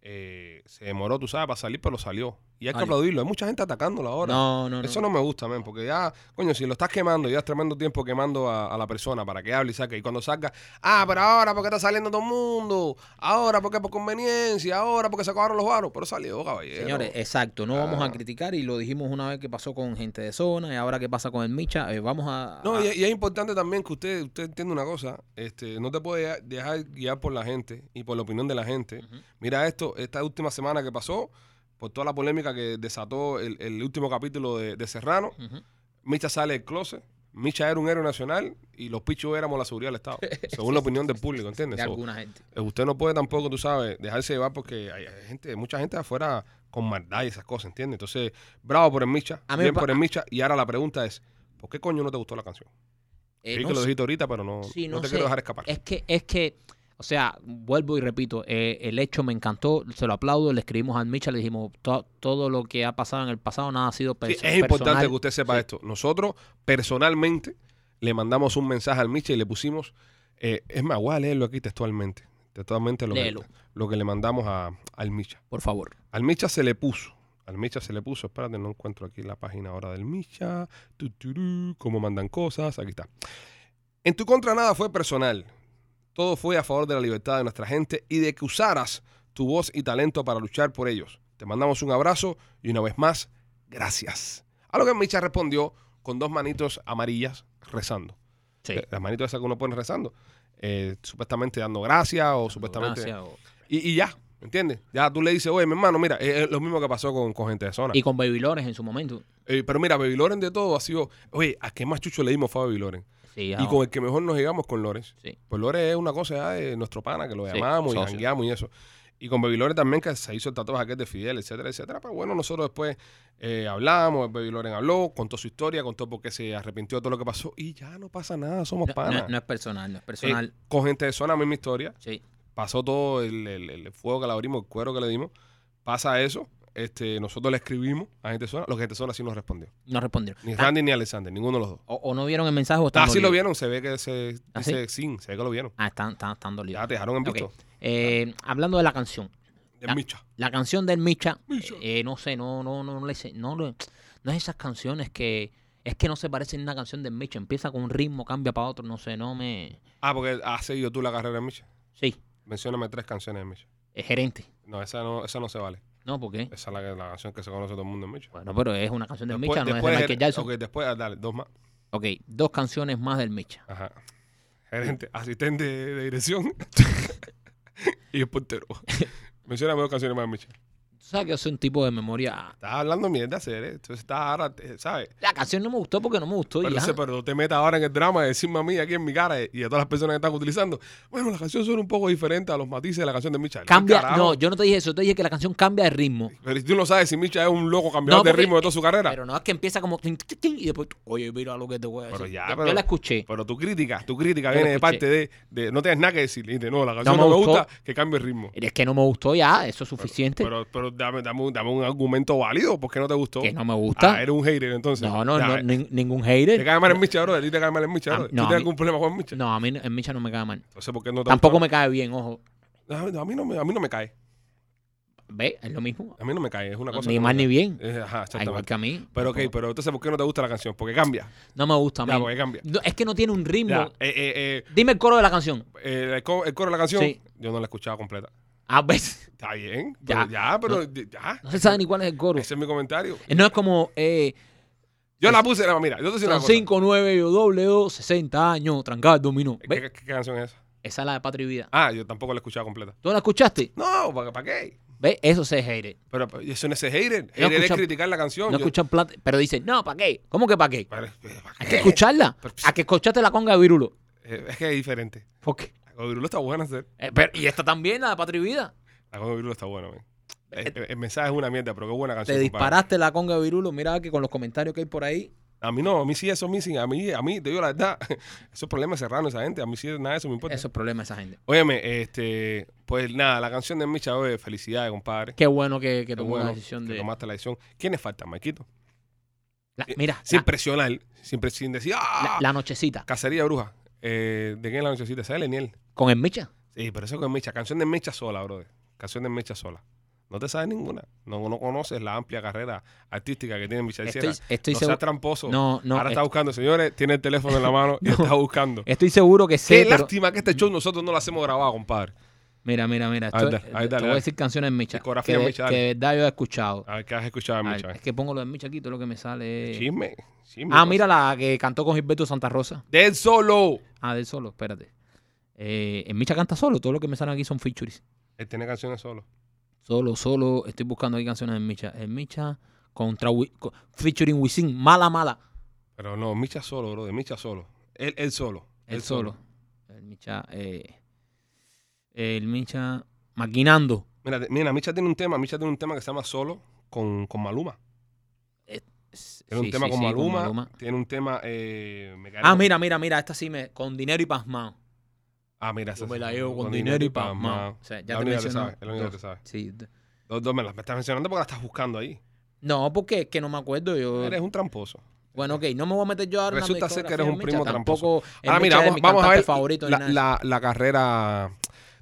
Speaker 1: Eh, se demoró, tú sabes, para salir, pero salió. Y hay que
Speaker 2: Oye.
Speaker 1: aplaudirlo. Hay mucha gente atacándolo ahora.
Speaker 2: No, no, no.
Speaker 1: Eso no me gusta, men, porque ya, coño, si lo estás quemando, ya es tremendo tiempo quemando a, a la persona para que hable y saque. Y cuando salga, ah, pero ahora porque está saliendo todo el mundo, ahora porque por conveniencia, ahora porque se acabaron los varos, pero salió, caballero.
Speaker 2: Señores, eh, exacto, no vamos
Speaker 1: Ah.
Speaker 2: a criticar y lo dijimos una vez que pasó con gente de zona y ahora que pasa con el Micha, eh, vamos a...
Speaker 1: No,
Speaker 2: a-
Speaker 1: y, y es importante también que usted, usted entienda una cosa, este, no te puede dejar guiar por la gente y por la opinión de la gente. Mira esto, esta última semana que pasó, por toda la polémica que desató el, el último capítulo de, de Serrano,
Speaker 2: Ujú.
Speaker 1: Micha sale del closet, Micha era un héroe nacional y los pichos éramos la seguridad del Estado, según la opinión del público, ¿entiendes?
Speaker 2: de
Speaker 1: So,
Speaker 2: alguna gente.
Speaker 1: eh, Usted no puede tampoco, tú sabes, dejarse llevar porque hay hay gente, mucha gente afuera con maldad y esas cosas, ¿entiendes? Entonces, bravo por el Micha,
Speaker 2: A mí me
Speaker 1: bien
Speaker 2: pa-
Speaker 1: por el Micha. Y ahora la pregunta es, ¿por qué coño no te gustó la canción?
Speaker 2: Eh,
Speaker 1: sí
Speaker 2: no
Speaker 1: que lo
Speaker 2: sé.
Speaker 1: dijiste ahorita, pero no,
Speaker 2: Sí,
Speaker 1: no
Speaker 2: no
Speaker 1: te
Speaker 2: sé.
Speaker 1: quiero dejar escapar.
Speaker 2: Es que, es que, o sea, vuelvo y repito, eh, el hecho me encantó, se lo aplaudo, le escribimos al Micha, le dijimos "To- todo lo que ha pasado en el pasado, nada ha sido
Speaker 1: Sí,
Speaker 2: perso-
Speaker 1: es importante
Speaker 2: personal".
Speaker 1: que usted sepa esto. Nosotros, personalmente, le mandamos un mensaje al Micha y le pusimos, eh, es más, voy a leerlo aquí textualmente. Textualmente lo, que,
Speaker 2: Léelo.
Speaker 1: lo que le mandamos a- al Micha.
Speaker 2: Por favor.
Speaker 1: Al Micha se le puso. Al Micha se le puso. Espérate, no encuentro aquí la página ahora del Micha. Tu, tu, ru, cómo mandan cosas. Aquí está. En tu contra nada fue personal. Todo fue a favor de la libertad de nuestra gente y de que usaras tu voz y talento para luchar por ellos. Te mandamos un abrazo y una vez más, gracias. A lo que Micha respondió con dos manitos amarillas rezando.
Speaker 2: Sí.
Speaker 1: Eh, Las manitos esas que uno pone rezando. Eh, supuestamente dando gracias o supuestamente...
Speaker 2: Gracias, o-
Speaker 1: Y, y ya, ¿entiendes? Ya tú le dices, oye, mi hermano, mira, es, es lo mismo que pasó con, con gente de zona.
Speaker 2: Y con Baby Lorenz en su momento.
Speaker 1: Eh, pero mira, Baby Loren de todo ha sido, oye, ¿a qué más chucho le dimos fue a Baby Loren?
Speaker 2: Sí,
Speaker 1: Y
Speaker 2: ah,
Speaker 1: con el que mejor nos llegamos con Lores.
Speaker 2: sí.
Speaker 1: Pues Lores es una cosa ya de nuestro pana, que lo
Speaker 2: Sí,
Speaker 1: llamamos y
Speaker 2: socio.
Speaker 1: jangueamos y eso. Y con Baby Loren también, que se hizo el tatuaje aquel de Fidel, etcétera, etcétera. Pero bueno, nosotros después eh, hablamos, Baby Loren habló, contó su historia, contó por qué se arrepintió de todo lo que pasó. Y ya no pasa nada, somos
Speaker 2: No,
Speaker 1: panas.
Speaker 2: no- no es personal, no es
Speaker 1: Eh,
Speaker 2: personal.
Speaker 1: con gente de zona, misma historia
Speaker 2: sí.
Speaker 1: pasó todo el, el- el fuego que le abrimos, el cuero que le dimos, pasa eso, este, nosotros le escribimos a gente sola, los que gente sola sí nos respondió.
Speaker 2: No respondieron.
Speaker 1: Ni
Speaker 2: Ah,
Speaker 1: Randy ni Alexander, ninguno de los dos.
Speaker 2: o, o no vieron el mensaje o están
Speaker 1: Ah, sí lo
Speaker 2: dolidos.
Speaker 1: vieron, se ve que se
Speaker 2: ¿Ah,
Speaker 1: dice sin, se ve que lo vieron.
Speaker 2: Ah, están, están, están dolidos.
Speaker 1: Ya te dejaron en
Speaker 2: Ok.
Speaker 1: visto.
Speaker 2: Eh, hablando de la canción.
Speaker 1: De
Speaker 2: Ya.
Speaker 1: Micha.
Speaker 2: La canción del Micha,
Speaker 1: Micha.
Speaker 2: eh, no sé, no, no, no, le sé- no, le- no es esas canciones que es que no se parecen a una canción del Micha. Empieza con un ritmo, cambia para otro, no sé, no me.
Speaker 1: Ah, porque has seguido tú la carrera de Micha.
Speaker 2: Sí,
Speaker 1: Mencióname tres canciones de Micha.
Speaker 2: es gerente.
Speaker 1: No, esa no, esa no se vale.
Speaker 2: No, ¿por qué?
Speaker 1: Esa es la, que- la canción que se conoce todo el mundo en Micha.
Speaker 2: Bueno, pero es una canción del Micha, no es de
Speaker 1: después,
Speaker 2: Michael Jackson.
Speaker 1: ok, después, ah, dale, dos más.
Speaker 2: ok, dos canciones más del Micha.
Speaker 1: Ajá. Gerente, asistente de, de dirección y el portero. Mencióname dos canciones más de Micha.
Speaker 2: Tú sabes que yo soy un tipo de memoria.
Speaker 1: Estás hablando mierda, Cere. Entonces estás ahora, eh, ¿sabes?
Speaker 2: La canción no me gustó porque no me gustó. y
Speaker 1: Pero,
Speaker 2: ya.
Speaker 1: ese- pero no te metas ahora en el drama de decirme a mí aquí en mi cara eh, y a todas las personas que están utilizando. Bueno, la canción suena un poco diferente a los matices de la canción de Micha.
Speaker 2: cambia.
Speaker 1: Carajo.
Speaker 2: No, yo no te dije eso, te dije que la canción cambia de ritmo.
Speaker 1: Pero tú no sabes si Micha es un loco cambiador
Speaker 2: No,
Speaker 1: de
Speaker 2: porque-
Speaker 1: ritmo de toda su carrera. Pero,
Speaker 2: Pero no es que empieza como tin, tin, tin, y después, oye, mira lo que te voy a decir.
Speaker 1: Pero ya,
Speaker 2: Yo-
Speaker 1: pero-
Speaker 2: yo la escuché.
Speaker 1: tu crítica, tu crítica
Speaker 2: Yo
Speaker 1: viene
Speaker 2: lo
Speaker 1: de
Speaker 2: escuché.
Speaker 1: parte de, de- No tienes nada que decir. Dice, no, la canción
Speaker 2: me
Speaker 1: no, me
Speaker 2: gustó. Este-
Speaker 1: gusta, que cambie el ritmo.
Speaker 2: Es que no me gustó ya, eso es suficiente.
Speaker 1: Pero, pero dame, dame, un, dame un argumento válido. ¿Por qué no te gustó?
Speaker 2: que no me gusta.
Speaker 1: Ah, eres un hater entonces.
Speaker 2: no, no,
Speaker 1: Ya,
Speaker 2: no,
Speaker 1: eh,
Speaker 2: nin- ningún
Speaker 1: ¿Te
Speaker 2: hater.
Speaker 1: cae mal el Micha, bro? ¿A ti te cae mal el Micha,
Speaker 2: Ah,
Speaker 1: bro? ¿Tú
Speaker 2: no, a
Speaker 1: tienes
Speaker 2: mí-
Speaker 1: algún problema con Micha?
Speaker 2: No, a mí no- el Micha no me cae mal.
Speaker 1: Entonces, ¿por qué no te
Speaker 2: Tampoco
Speaker 1: gusta?
Speaker 2: me cae bien, ojo.
Speaker 1: A a mí, no me, a mí no me cae.
Speaker 2: ¿Ve? Es lo mismo.
Speaker 1: A mí no me cae. Es una cosa.
Speaker 2: ni
Speaker 1: que
Speaker 2: mal
Speaker 1: no me
Speaker 2: ni bien.
Speaker 1: cae. Eh, Ajá,
Speaker 2: Ah, Igual
Speaker 1: exactamente.
Speaker 2: que a mí.
Speaker 1: Pero ok, pero entonces, ¿por qué no te gusta la canción? Porque cambia.
Speaker 2: No me gusta a mí.
Speaker 1: Ya, porque cambia.
Speaker 2: No, es que no tiene un ritmo.
Speaker 1: Ya, eh, eh, eh,
Speaker 2: Dime el coro de la canción.
Speaker 1: eh, el, co- el coro de la canción,
Speaker 2: Sí.
Speaker 1: yo no la escuchaba completa.
Speaker 2: A veces.
Speaker 1: Está bien. Pero
Speaker 2: Ya.
Speaker 1: ya, pero de- ya.
Speaker 2: No se sabe ni cuál es el coro.
Speaker 1: Ese es mi comentario.
Speaker 2: No es como eh,
Speaker 1: Yo la puse, no, mira, yo te decía una
Speaker 2: son
Speaker 1: cosa.
Speaker 2: 5, 9, yo doble, dos, 60 años, trancar, dominó.
Speaker 1: ¿Qué,
Speaker 2: ¿Ve?
Speaker 1: qué- qué canción es esa?
Speaker 2: Esa es la de Patria y Vida.
Speaker 1: Ah, yo tampoco la escuchaba completa.
Speaker 2: ¿Tú no la escuchaste?
Speaker 1: No, ¿para, para qué?
Speaker 2: ¿Ve? Eso se es hater.
Speaker 1: Pero pues, pero eso no es hater.
Speaker 2: No
Speaker 1: Hater es
Speaker 2: escucha-
Speaker 1: criticar la canción.
Speaker 2: No
Speaker 1: Yo-
Speaker 2: escuchan plata. Pero dicen, no, ¿para qué? ¿Cómo que para qué?
Speaker 1: Pero- pero, ¿para
Speaker 2: Hay
Speaker 1: qué?
Speaker 2: que escucharla. A que escuchaste la conga de Virulo.
Speaker 1: Eh, Es que es diferente.
Speaker 2: ¿Por qué?
Speaker 1: La con Virulo está buena hacer.
Speaker 2: Eh, pero- y esta también, la de Patria y Vida.
Speaker 1: La con Virulo está buena, man. El, el- el mensaje es una mierda, pero qué buena
Speaker 2: Eh, Te
Speaker 1: canción. compadre.
Speaker 2: disparaste la conga de Virulo. Mira que con los comentarios que hay por ahí.
Speaker 1: A mí no, a mí sí eso, a mí sí, a mí, a mí, te digo la verdad, esos problemas serranos, esa gente, a mí Pues sí nada de eso me importa.
Speaker 2: Eso es problema de esa gente.
Speaker 1: Óyeme, este, pues nada, la canción de Micha, oye, felicidades, compadre.
Speaker 2: Qué bueno que, que
Speaker 1: Qué
Speaker 2: tomó
Speaker 1: bueno
Speaker 2: la decisión
Speaker 1: que
Speaker 2: de.
Speaker 1: tomaste la decisión. ¿Quiénes faltan, Maquito?
Speaker 2: La- mira,
Speaker 1: Sin
Speaker 2: la-
Speaker 1: presionar, sin, pre- sin decir,
Speaker 2: la,
Speaker 1: ¡ah!
Speaker 2: la nochecita.
Speaker 1: Cacería de brujas. Eh, ¿De quién es la nochecita? ¿Esa es Leniel?
Speaker 2: Con el Micha.
Speaker 1: Sí, pero eso con Micha. Canción de Micha sola, brother. Canción de Micha sola. No te sabes ninguna. No, no conoces la amplia carrera artística que tiene Michelle
Speaker 2: Estoy-
Speaker 1: Sierra.
Speaker 2: estoy
Speaker 1: no
Speaker 2: seguro-
Speaker 1: seas tramposo.
Speaker 2: No, eh. no,
Speaker 1: Ahora está
Speaker 2: est-
Speaker 1: buscando, señores. Tiene el teléfono en la mano y está buscando.
Speaker 2: Estoy seguro que sé.
Speaker 1: Qué
Speaker 2: pero-
Speaker 1: lástima que este show nosotros no lo hacemos grabado, compadre.
Speaker 2: Mira, mira, mira.
Speaker 1: Ahí
Speaker 2: esto-
Speaker 1: dale, ahí dale,
Speaker 2: te voy
Speaker 1: dale.
Speaker 2: a decir canciones de Micha.
Speaker 1: Discografía
Speaker 2: Que
Speaker 1: de
Speaker 2: de,
Speaker 1: Micha,
Speaker 2: que
Speaker 1: dale. Ah,
Speaker 2: de verdad yo he escuchado.
Speaker 1: A ver qué has escuchado,
Speaker 2: A ver,
Speaker 1: Michelle.
Speaker 2: es que pongo lo de Micha aquí, todo lo que me sale. es-
Speaker 1: Chisme, chisme.
Speaker 2: eh. Ah, mira la que cantó con Gilberto Santa Rosa.
Speaker 1: Del solo.
Speaker 2: Ah, del solo, espérate. Eh, en Micha canta solo, todo lo que me salen aquí son features.
Speaker 1: Él tiene canciones solo.
Speaker 2: Solo, solo, estoy buscando aquí canciones en Micha. En Micha contra Wi- co- featuring Wisin, mala, mala.
Speaker 1: Pero no, Micha solo, bro. De Micha solo. Él, él solo.
Speaker 2: El solo. El Micha, eh, el Micha maquinando.
Speaker 1: Mira, te- mira, Micha tiene un tema. Micha tiene un tema que se llama Solo con, con Maluma. Tiene
Speaker 2: Sí,
Speaker 1: un tema
Speaker 2: sí,
Speaker 1: con,
Speaker 2: sí,
Speaker 1: Maluma, Tiene un tema. Eh, me
Speaker 2: Ah,
Speaker 1: cariño.
Speaker 2: mira, mira, mira, esta sí me. Con dinero y pasmado.
Speaker 1: Ah, mira.
Speaker 2: Yo
Speaker 1: esa-
Speaker 2: me la llevo con, dinero y pasmado. O sea, ya
Speaker 1: La
Speaker 2: te
Speaker 1: única que
Speaker 2: mencionaba.
Speaker 1: sabe, la única que sabe.
Speaker 2: Sí. d-
Speaker 1: Dos, dos me las me estás mencionando porque las estás buscando ahí.
Speaker 2: No, porque es que no me acuerdo. Yo,
Speaker 1: Eres un tramposo.
Speaker 2: Bueno, ok, no me voy a meter yo ahora. en la
Speaker 1: Resulta ser que
Speaker 2: discografía
Speaker 1: eres un
Speaker 2: de
Speaker 1: primo
Speaker 2: Micha,
Speaker 1: tramposo.
Speaker 2: tampoco es
Speaker 1: Ahora Ah, mira,
Speaker 2: Micha de
Speaker 1: vamos,
Speaker 2: mis
Speaker 1: vamos a
Speaker 2: cantantes
Speaker 1: ver
Speaker 2: favoritos ni
Speaker 1: la,
Speaker 2: nada de
Speaker 1: la- la carrera.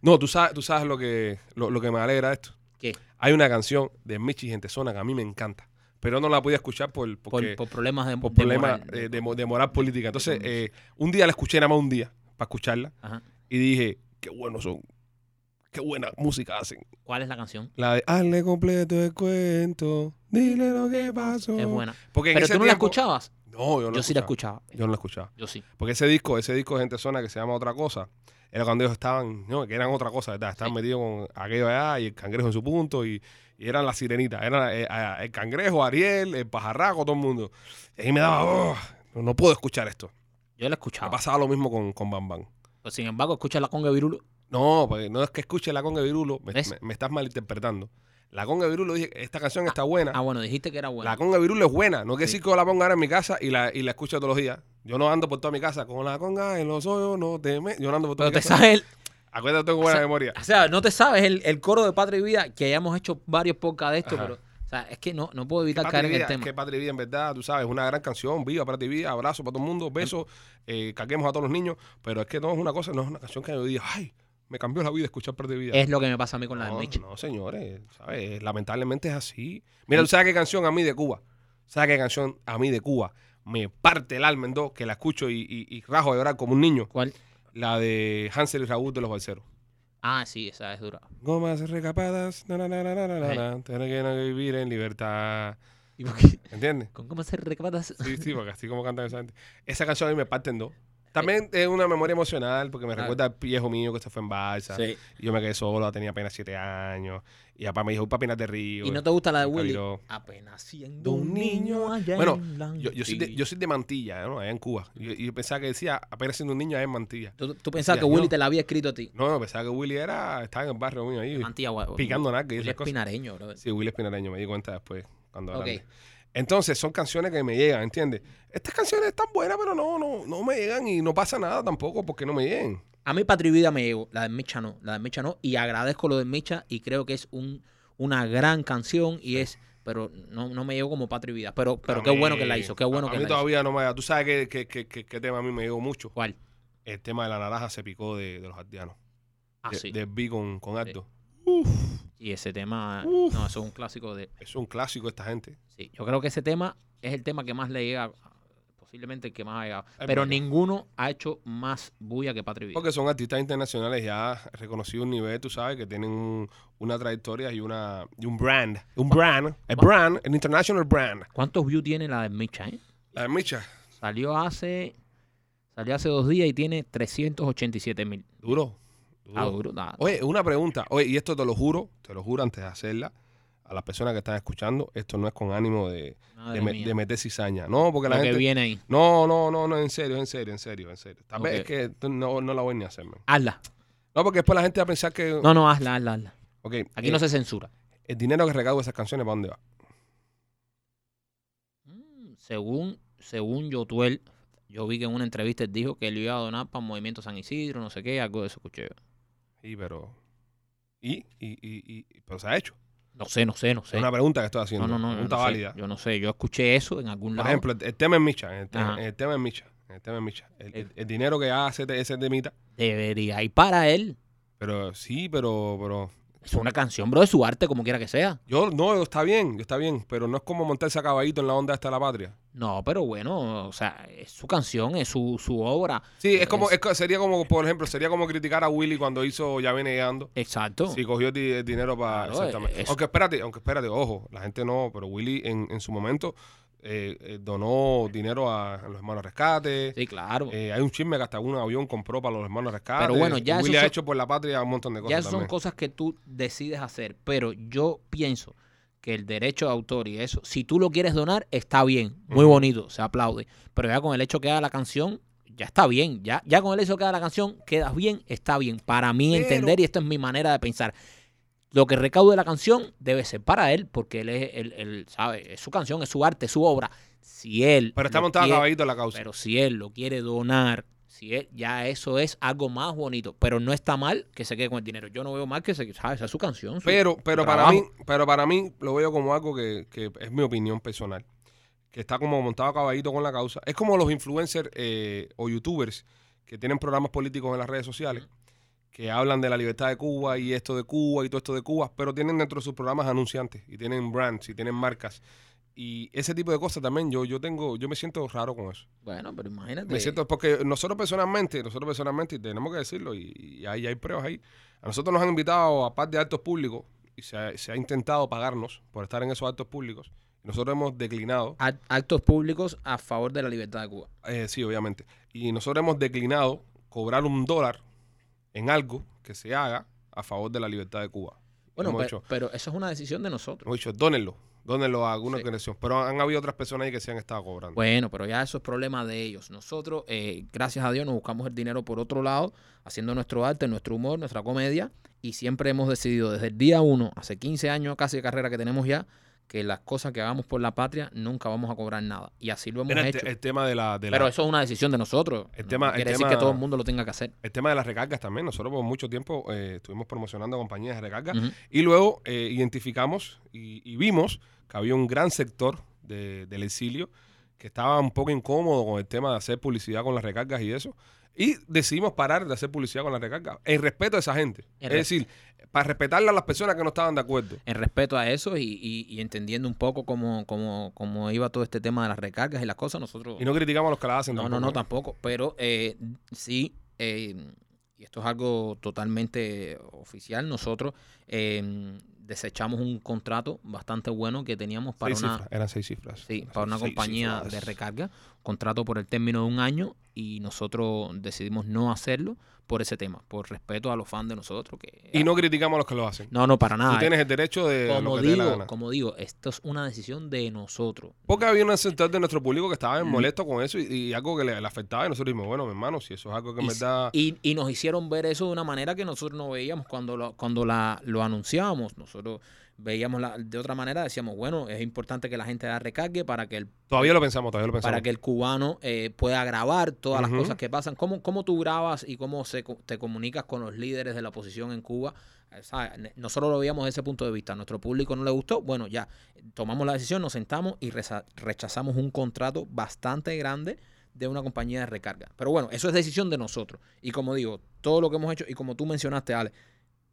Speaker 1: No, tú sabes, tú sabes lo que lo, lo que me alegra de esto.
Speaker 2: eso. ¿Qué?
Speaker 1: Hay una canción de Michi Gentezona que a mí me encanta, pero no la podía escuchar por porque-
Speaker 2: Por, por problemas de,
Speaker 1: por
Speaker 2: de
Speaker 1: problemas
Speaker 2: moral,
Speaker 1: eh,
Speaker 2: de-
Speaker 1: de, mo- de moral política. Entonces,
Speaker 2: convicción.
Speaker 1: eh, un día la escuché nada más un día para escucharla
Speaker 2: Ajá.
Speaker 1: y dije, qué buenos son, qué buena música hacen.
Speaker 2: ¿Cuál es la canción?
Speaker 1: La de hazle completo el cuento, dile lo Mm, que pasó.
Speaker 2: Es buena.
Speaker 1: Porque en
Speaker 2: Pero
Speaker 1: ese
Speaker 2: tú no la
Speaker 1: tiempo-
Speaker 2: escuchabas.
Speaker 1: No, yo no
Speaker 2: yo sí la
Speaker 1: escuchaba.
Speaker 2: escuchaba.
Speaker 1: Yo no la escuchaba.
Speaker 2: Yo sí.
Speaker 1: Porque ese disco, ese disco de Gente Zona que se llama Otra Cosa, era cuando ellos estaban, no, que eran otra cosa, ¿verdad? Estaban
Speaker 2: Sí.
Speaker 1: metidos con aquello allá y el cangrejo en su punto y, y eran las sirenitas. Eran eh, eh, el cangrejo, Ariel, el pajarraco, todo el mundo. Y ahí me daba, "Oh, no, no puedo escuchar esto.
Speaker 2: Yo la
Speaker 1: Me
Speaker 2: escuchaba.
Speaker 1: pasaba lo mismo con, con Bam Bam.
Speaker 2: Pues, sin embargo, escucha la conga de virulo.
Speaker 1: No, porque no es que escuche la conga de Virulo, me,
Speaker 2: ¿Ves?
Speaker 1: me- me estás malinterpretando. La conga de Virulo, dije, esta canción está buena.
Speaker 2: Ah, bueno, dijiste que era buena.
Speaker 1: La conga virulo es buena. No quiere
Speaker 2: Sí.
Speaker 1: decir que yo la ponga ahora en mi casa y la, y la escucho todos los días. Yo no ando por toda mi casa con la conga en los ojos, no te me... Yo no ando por toda
Speaker 2: Pero
Speaker 1: mi
Speaker 2: te
Speaker 1: casa.
Speaker 2: sabes, el-
Speaker 1: Acuérdate, tengo buena
Speaker 2: O sea,
Speaker 1: memoria.
Speaker 2: o sea, no te sabes el, el coro de Patria y Vida, que hayamos hecho varios podcasts de esto,
Speaker 1: Ajá.
Speaker 2: pero o sea, es que no, no puedo evitar
Speaker 1: Patria
Speaker 2: caer
Speaker 1: y
Speaker 2: en
Speaker 1: Vida,
Speaker 2: el tema.
Speaker 1: Que Patria y Vida, en verdad, tú sabes, es una gran canción. Viva Patria y Vida, abrazo para todo el mundo, besos, eh, caquemos a todos los niños. Pero es que no es una cosa, no es una canción que yo diga, ay, me cambió la vida escuchar Patria y Vida.
Speaker 2: Es lo que me pasa a mí con la de
Speaker 1: no,
Speaker 2: Michi.
Speaker 1: no, señores, ¿sabes? Lamentablemente es así. Mira, ¿tú sabes qué canción a mí de Cuba? ¿Sabes qué canción a mí de Cuba? Me parte el alma en dos, que la escucho y, y- y rajo de llorar como un niño.
Speaker 2: ¿Cuál?
Speaker 1: La de Hansel y Raúl de los Balseros.
Speaker 2: Ah, sí, esa es dura.
Speaker 1: Gomas recapadas, na, na, na, na, na, na, na, tener que no vivir en libertad.
Speaker 2: ¿Y por qué?
Speaker 1: ¿Entiendes?
Speaker 2: ¿Con cómo se recapatas?
Speaker 1: Sí, sí, porque así como cantan esa gente. Esa canción a mí me parte en dos. También es una memoria emocional porque me
Speaker 2: Claro.
Speaker 1: recuerda al viejo mío que se fue en balsa.
Speaker 2: Sí.
Speaker 1: Yo me quedé solo, tenía apenas siete años. Y papá me dijo, papi, de río.
Speaker 2: ¿Y no te gusta la de
Speaker 1: Nunca
Speaker 2: Willy?
Speaker 1: viró.
Speaker 2: Apenas siendo un niño allá
Speaker 1: Bueno,
Speaker 2: en la
Speaker 1: Yo, yo, soy de,
Speaker 2: Antilla.
Speaker 1: yo soy de Mantilla, ¿no? Allá en Cuba. Y yo, y yo pensaba que decía, apenas siendo un niño allá en Mantilla.
Speaker 2: ¿Tú, tú pensabas que
Speaker 1: Decía,
Speaker 2: Willy
Speaker 1: no.
Speaker 2: te la había escrito a ti?
Speaker 1: No, no, pensaba que Willy era, estaba en el barrio mío ahí,
Speaker 2: Mantilla, guau.
Speaker 1: picando nada y
Speaker 2: Willy
Speaker 1: esas
Speaker 2: es
Speaker 1: cosas.
Speaker 2: pinareño, bro.
Speaker 1: Sí, Willy Espinareño, me di cuenta después, cuando
Speaker 2: Ok.
Speaker 1: grande. Entonces, son canciones que me llegan, ¿entiendes? Estas canciones están buenas, pero no, no, no me llegan y no pasa nada tampoco porque no me lleguen.
Speaker 2: A mí Patri Vida me llegó, la de Micha no, la de Micha no, y agradezco lo de Micha y creo que es un, una gran canción y es, pero no, no me llegó como Patri Vida, pero, pero
Speaker 1: A
Speaker 2: qué
Speaker 1: mí-
Speaker 2: bueno que la hizo, qué bueno
Speaker 1: a,
Speaker 2: que
Speaker 1: A mí
Speaker 2: la hizo.
Speaker 1: todavía no me llega. Tú sabes que, que, que- que- que tema a mí me llegó mucho.
Speaker 2: ¿Cuál?
Speaker 1: El tema de la naranja se picó de, de los ardianos.
Speaker 2: Ah,
Speaker 1: de,
Speaker 2: sí.
Speaker 1: de B con, con Ardo.
Speaker 2: Y ese tema,
Speaker 1: Uf.
Speaker 2: no, eso es un clásico de...
Speaker 1: Es un clásico esta gente.
Speaker 2: Sí, yo creo que ese tema es el tema que más le llega, posiblemente el que más ha llegado,
Speaker 1: Es
Speaker 2: pero
Speaker 1: bueno.
Speaker 2: ninguno ha hecho más bulla que Patri Vida.
Speaker 1: Porque son artistas internacionales ya reconocidos un nivel, tú sabes, que tienen un- una trayectoria y una y un brand. Un brand. El brand, el international brand.
Speaker 2: ¿Cuántos views tiene la de Micha, eh?
Speaker 1: La de Micha,
Speaker 2: Salió hace, salió hace dos días y tiene 387 mil.
Speaker 1: duro.
Speaker 2: Ah,
Speaker 1: duro.
Speaker 2: duro, nada.
Speaker 1: Oye, una pregunta. Oye, y esto te lo juro, te lo juro antes de hacerla, a las personas que están escuchando, esto no es con ánimo de,
Speaker 2: Madre
Speaker 1: de, me-
Speaker 2: mía.
Speaker 1: de meter cizaña. No, porque la
Speaker 2: lo
Speaker 1: gente...
Speaker 2: que viene ahí.
Speaker 1: No, no, no, no, en serio, en serio, en serio, en serio. Tal vez
Speaker 2: Ok.
Speaker 1: es que tú no, no la voy ni a hacer, man.
Speaker 2: Hazla.
Speaker 1: No, porque después la gente va a pensar que...
Speaker 2: No, no, hazla, hazla, hazla.
Speaker 1: ok,
Speaker 2: Aquí
Speaker 1: eh,
Speaker 2: no se censura.
Speaker 1: El dinero que recaudo de esas canciones, ¿para dónde va?
Speaker 2: Mm, Según, según Yotuel, yo vi que en una entrevista él dijo que él iba a donar para el Movimiento San Isidro, no sé qué, algo de eso escuché. yo.
Speaker 1: Y pero... ¿Y? ¿Y? ¿Y? y- ¿Pero se ha hecho?
Speaker 2: No sé, no sé, no sé.
Speaker 1: Es una pregunta que estoy haciendo.
Speaker 2: no, no, no. yo
Speaker 1: Pregunta
Speaker 2: no sé,
Speaker 1: válida.
Speaker 2: Yo no sé, yo escuché eso en algún
Speaker 1: Por
Speaker 2: lado.
Speaker 1: ejemplo, el, el tema es Micha. El, te-
Speaker 2: Ajá. Eh.
Speaker 1: el tema es Micha. El tema es Micha. El, el-
Speaker 2: El-
Speaker 1: el dinero que hace te- ese temita.
Speaker 2: Debería. Y para él,
Speaker 1: Pero sí, pero... pero
Speaker 2: Es una canción, bro, de su arte, como quiera que sea.
Speaker 1: Yo, no, está bien, está bien, pero no es como montarse a caballito en la onda hasta la patria.
Speaker 2: No, pero bueno, o sea, es su canción, es su, su obra.
Speaker 1: Sí, es como, es co- sería como, por ejemplo, sería como criticar a Willy cuando hizo Ya viene llegando.
Speaker 2: Exacto.
Speaker 1: Si cogió di- el dinero para.
Speaker 2: Claro,
Speaker 1: exactamente.
Speaker 2: eh, es-
Speaker 1: Aunque espérate, aunque espérate, ojo, la gente no, pero Willy en, en su momento eh, eh, donó dinero a, a los hermanos rescate.
Speaker 2: Sí, claro.
Speaker 1: Eh, hay un chisme que hasta un avión compró para los hermanos rescate.
Speaker 2: Pero bueno, ya
Speaker 1: Willy
Speaker 2: esos
Speaker 1: ha
Speaker 2: son-
Speaker 1: hecho por la patria un montón de cosas.
Speaker 2: ya son
Speaker 1: también.
Speaker 2: cosas que tú decides hacer, pero yo pienso que el derecho de autor y eso, si tú lo quieres donar, está bien, muy
Speaker 1: Ujú.
Speaker 2: bonito, se aplaude, pero ya con el hecho que haga la canción, ya está bien, ya, ya con el hecho que haga la canción, quedas bien, está bien, para mí
Speaker 1: Pero-
Speaker 2: entender, y esta es mi manera de pensar. Lo que recaude la canción debe ser para él, porque él es, él- él, sabe, es su canción, es su arte, es su obra. Si él.
Speaker 1: Pero está
Speaker 2: lo
Speaker 1: montado a
Speaker 2: quiere-
Speaker 1: caballito en la causa.
Speaker 2: pero si él lo quiere donar, si él, ya eso es algo más bonito. Pero no está mal que se quede con el dinero. Yo no veo mal que se ¿sabes? Esa es su canción. su-
Speaker 1: Pero, pero para
Speaker 2: trabajo.
Speaker 1: mí, pero para mí lo veo como algo que, que es mi opinión personal. Que está como montado a caballito con la causa. Es como los influencers eh, o youtubers que tienen programas políticos en las redes sociales, que hablan de la libertad de Cuba y esto de Cuba y todo esto de Cuba, pero tienen dentro de sus programas anunciantes y tienen brands y tienen marcas. Y ese tipo de cosas también, yo, yo tengo, yo me siento raro con eso.
Speaker 2: Bueno, pero imagínate.
Speaker 1: Me siento, porque nosotros personalmente, nosotros personalmente, y tenemos que decirlo, y, y ahí hay pruebas ahí. A nosotros nos han invitado a par de actos públicos y se ha, se ha intentado pagarnos por estar en esos actos públicos. Nosotros hemos declinado,
Speaker 2: Act- Actos públicos a favor de la libertad de Cuba.
Speaker 1: eh, sí, obviamente, y nosotros hemos declinado cobrar un dólar en algo que se haga a favor de la libertad de Cuba.
Speaker 2: Bueno,
Speaker 1: Hemos
Speaker 2: pe-
Speaker 1: hecho-
Speaker 2: pero, eso es una decisión de nosotros.
Speaker 1: Hemos dicho, dónenlo, dónenlo a alguna
Speaker 2: Sí.
Speaker 1: organización. Pero han, habido otras personas ahí que se han estado cobrando.
Speaker 2: Bueno, pero ya eso es problema de ellos. Nosotros, eh, gracias a Dios, nos buscamos el dinero por otro lado, haciendo nuestro arte, nuestro humor, nuestra comedia, y siempre hemos decidido desde el día uno, hace 15 años casi de carrera que tenemos ya, que las cosas que hagamos por la patria nunca vamos a cobrar nada. Y así lo hemos
Speaker 1: Era el,
Speaker 2: hecho.
Speaker 1: te- este, el tema de la, de la-
Speaker 2: Pero eso es una decisión de nosotros.
Speaker 1: El
Speaker 2: No
Speaker 1: tema- el
Speaker 2: quiere decir
Speaker 1: tema-
Speaker 2: que todo el mundo lo tenga que hacer.
Speaker 1: el tema de las recargas también. Nosotros por mucho tiempo eh, estuvimos promocionando compañías de recarga.
Speaker 2: Ujú.
Speaker 1: Y luego eh, identificamos y, y vimos que había un gran sector de- del exilio que estaba un poco incómodo con el tema de hacer publicidad con las recargas y eso. Y decidimos parar de hacer publicidad con las recargas en respeto a esa gente.
Speaker 2: En
Speaker 1: es
Speaker 2: res-
Speaker 1: decir, para respetarle a las personas que no estaban de acuerdo.
Speaker 2: En respeto a eso y, y- y entendiendo un poco cómo, cómo, cómo iba todo este tema de las recargas y las cosas, nosotros...
Speaker 1: Y no criticamos a los que la hacen
Speaker 2: No,
Speaker 1: tampoco.
Speaker 2: no, no, tampoco. Pero eh, sí, eh, y esto es algo totalmente oficial, nosotros eh, desechamos un contrato bastante bueno que teníamos para
Speaker 1: Seis
Speaker 2: una...
Speaker 1: cifras, Eran seis cifras.
Speaker 2: Sí,
Speaker 1: Eran
Speaker 2: para una
Speaker 1: seis
Speaker 2: compañía
Speaker 1: cifras.
Speaker 2: de recarga, contrato por el término de un año y nosotros decidimos no hacerlo por ese tema, por respeto a los fans de nosotros. Que
Speaker 1: Y no criticamos a los que lo hacen.
Speaker 2: no, no, para nada. eh.
Speaker 1: Tú tienes el derecho de lo
Speaker 2: como,
Speaker 1: que te dé la
Speaker 2: digo,
Speaker 1: gana.
Speaker 2: como digo, esto es una decisión de nosotros.
Speaker 1: Porque había un sector de nuestro público que estaba
Speaker 2: Mm.
Speaker 1: molesto con eso y, y algo que le, le afectaba. Y nosotros dijimos, bueno, mi hermano, si eso es algo que en
Speaker 2: Y,
Speaker 1: verdad...
Speaker 2: y- y nos hicieron ver eso de una manera que nosotros no veíamos cuando lo, cuando la, lo anunciábamos. Nosotros veíamos la- de otra manera, decíamos, bueno, es importante que la gente la recargue para que el
Speaker 1: Todavía lo pensamos, todavía lo pensamos.
Speaker 2: para que el cubano eh, pueda grabar todas las
Speaker 1: Ujú.
Speaker 2: cosas que pasan. ¿Cómo, cómo tú grabas y cómo se, co- te comunicas con los líderes de la oposición en Cuba? Eh, ¿sabes? Ne- Nosotros lo veíamos desde ese punto de vista. A nuestro público no le gustó. Bueno, ya eh, tomamos la decisión, nos sentamos y reza- rechazamos un contrato bastante grande de una compañía de recarga. Pero bueno, eso es decisión de nosotros. Y como digo, todo lo que hemos hecho, y como tú mencionaste, Ale,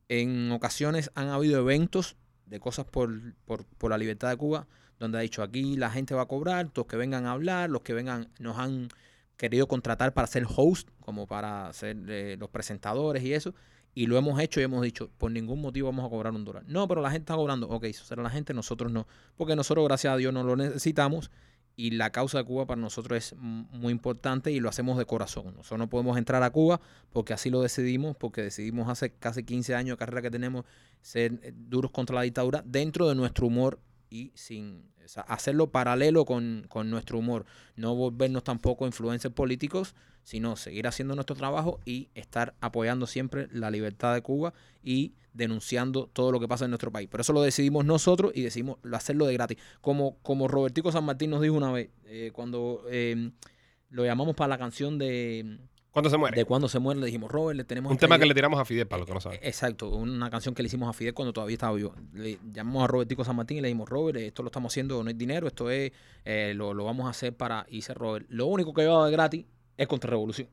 Speaker 2: en ocasiones han habido eventos de cosas por, por, por la libertad de Cuba, donde ha dicho aquí la gente va a cobrar, los que vengan a hablar, los que vengan, nos han querido contratar para ser host, como para ser eh, los presentadores y eso, y lo hemos hecho y hemos dicho, por ningún motivo vamos a cobrar un dólar. No, pero la gente está cobrando, ok, eso será la gente, nosotros no, porque nosotros gracias a Dios no lo necesitamos. Y la causa de Cuba para nosotros es m- muy importante y lo hacemos de corazón. Nosotros no podemos entrar a Cuba porque así lo decidimos, porque decidimos hace casi 15 años de carrera que tenemos ser eh, duros contra la dictadura dentro de nuestro humor y sin o sea, hacerlo paralelo con, con nuestro humor. No volvernos tampoco influencers políticos, sino seguir haciendo nuestro trabajo y estar apoyando siempre la libertad de Cuba y denunciando todo lo que pasa en nuestro país. Pero eso lo decidimos nosotros y decidimos hacerlo de gratis. Como, como Robertico San Martín nos dijo una vez, eh, cuando eh, lo llamamos para la canción de
Speaker 1: ¿Cuándo se muere?
Speaker 2: de cuando se muere le dijimos, Robert, le tenemos
Speaker 1: Un
Speaker 2: esta
Speaker 1: tema que
Speaker 2: idea".
Speaker 1: le tiramos a Fidel, para los que no saben.
Speaker 2: Eh, Exacto, una canción que le hicimos a Fidel cuando todavía estaba vivo. Le llamamos a Robertico San Martín y le dijimos, Robert, esto lo estamos haciendo, no es dinero, esto es, eh, lo, lo vamos a hacer para, y dice Robert, lo único que yo hago de gratis es contrarrevolución.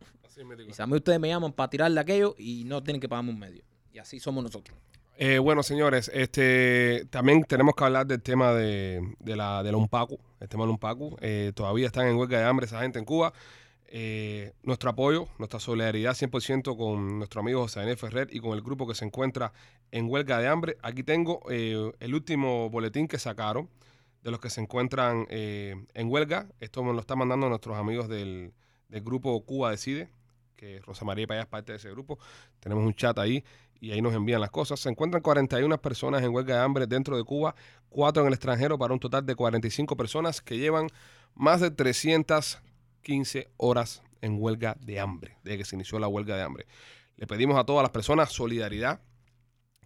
Speaker 2: Y dice, a mí ustedes me llaman para tirarle aquello y no tienen que pagarme un medio. Y así somos nosotros.
Speaker 1: Eh, bueno, señores, este, también tenemos que hablar del tema de, de la, de la UNPACU, el tema de la UNPACU. Eh, todavía están en huelga de hambre esa gente en Cuba. Eh, nuestro apoyo, nuestra solidaridad 100% con nuestro amigo José Daniel Ferrer y con el grupo que se encuentra en huelga de hambre. Aquí tengo eh, el último boletín que sacaron de los que se encuentran eh, en huelga. Esto nos lo están mandando nuestros amigos del, del grupo Cuba Decide, que Rosa María Payas es parte de ese grupo. Tenemos un chat ahí y ahí nos envían las cosas. Se encuentran 41 personas en huelga de hambre dentro de Cuba, 4 en el extranjero, para un total de 45 personas que llevan más de 315 horas en huelga de hambre, desde que se inició la huelga de hambre. Le pedimos a todas las personas solidaridad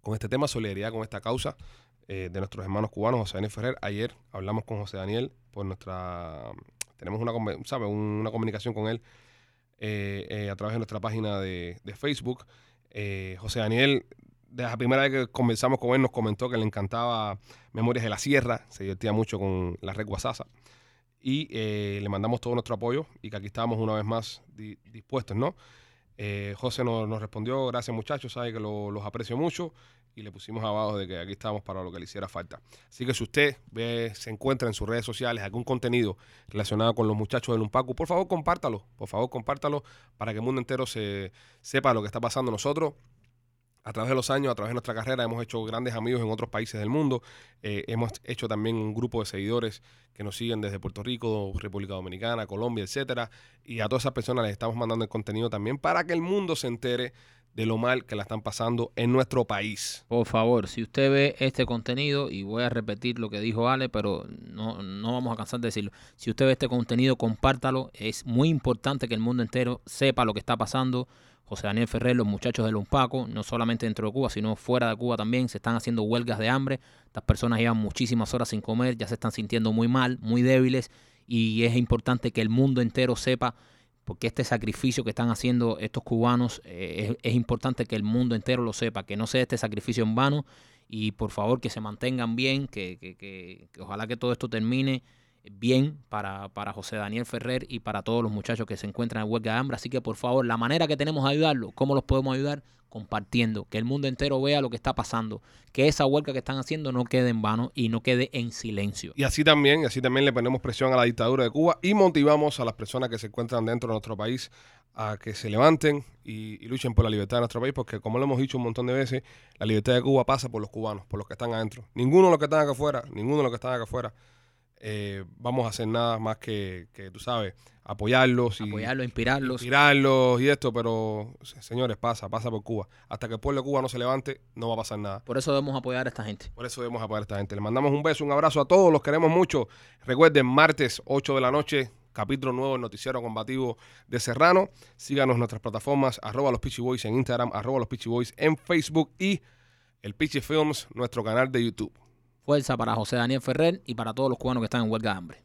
Speaker 1: con este tema, solidaridad con esta causa eh, de nuestros hermanos cubanos, José Daniel Ferrer. Ayer hablamos con José Daniel por nuestra... Tenemos una, conven- ¿sabe? Un- una comunicación con él eh, eh, a través de nuestra página de, de Facebook. Eh, José Daniel, desde la primera vez que conversamos con él, nos comentó que le encantaba Memorias de la Sierra, se divertía mucho con la red Guasasa. Y eh, le mandamos todo nuestro apoyo y que aquí estábamos una vez más di- dispuestos, ¿no? Eh, José nos, nos respondió, gracias muchachos, sabe que lo- los aprecio mucho y le pusimos abajo de que aquí estábamos para lo que le hiciera falta. Así que si usted ve, se encuentra en sus redes sociales algún contenido relacionado con los muchachos del Lumpacu, por favor compártalo, por favor compártalo para que el mundo entero se sepa lo que está pasando. Nosotros a través de los años, a través de nuestra carrera, hemos hecho grandes amigos en otros países del mundo. Eh, hemos hecho también un grupo de seguidores que nos siguen desde Puerto Rico, República Dominicana, Colombia, etcétera. Y a todas esas personas les estamos mandando el contenido también para que el mundo se entere de lo mal que la están pasando en nuestro país.
Speaker 2: Por favor, si usted ve este contenido, y voy a repetir lo que dijo Ale, pero no, no vamos a cansar de decirlo, si usted ve este contenido, compártalo. Es muy importante que el mundo entero sepa lo que está pasando. José Daniel Ferrer, los muchachos del Lumpaco, no solamente dentro de Cuba, sino fuera de Cuba también, se están haciendo huelgas de hambre. Estas personas llevan muchísimas horas sin comer, ya se están sintiendo muy mal, muy débiles, y es importante que el mundo entero sepa porque este sacrificio que están haciendo estos cubanos eh, es, es importante que el mundo entero lo sepa, que no sea este sacrificio en vano y por favor que se mantengan bien, que, que- que- que ojalá que todo esto termine bien para, para José Daniel Ferrer y para todos los muchachos que se encuentran en huelga de hambre. Así que por favor, la manera que tenemos de ayudarlos, ¿cómo los podemos ayudar? Compartiendo, que el mundo entero vea lo que está pasando, que esa huelga que están haciendo no quede en vano y no quede en silencio.
Speaker 1: Y así también, y así también le ponemos presión a la dictadura de Cuba y motivamos a las personas que se encuentran dentro de nuestro país a que se levanten y, y luchen por la libertad de nuestro país, porque como lo hemos dicho un montón de veces, la libertad de Cuba pasa por los cubanos, por los que están adentro. Ninguno de los que están acá afuera, ninguno de los que están acá afuera, eh, vamos a hacer nada más que, que, tú sabes, apoyarlos y
Speaker 2: Apoyarlos, inspirarlos.
Speaker 1: tirarlos y esto, pero se- señores, pasa, pasa por Cuba. Hasta que el pueblo de Cuba no se levante, no va a pasar nada.
Speaker 2: Por eso debemos apoyar a esta gente.
Speaker 1: Por eso debemos apoyar a esta gente. Les mandamos un beso, un abrazo a todos, los queremos mucho. Recuerden, martes 8 de la noche, capítulo nuevo del Noticiero Combativo de Serrano. Síganos en nuestras plataformas, arroba los Peachy Boys en Instagram, arroba los Peachy Boys en Facebook y el Peachy Films, nuestro canal de YouTube.
Speaker 2: Fuerza para José Daniel Ferrer y para todos los cubanos que están en huelga de hambre.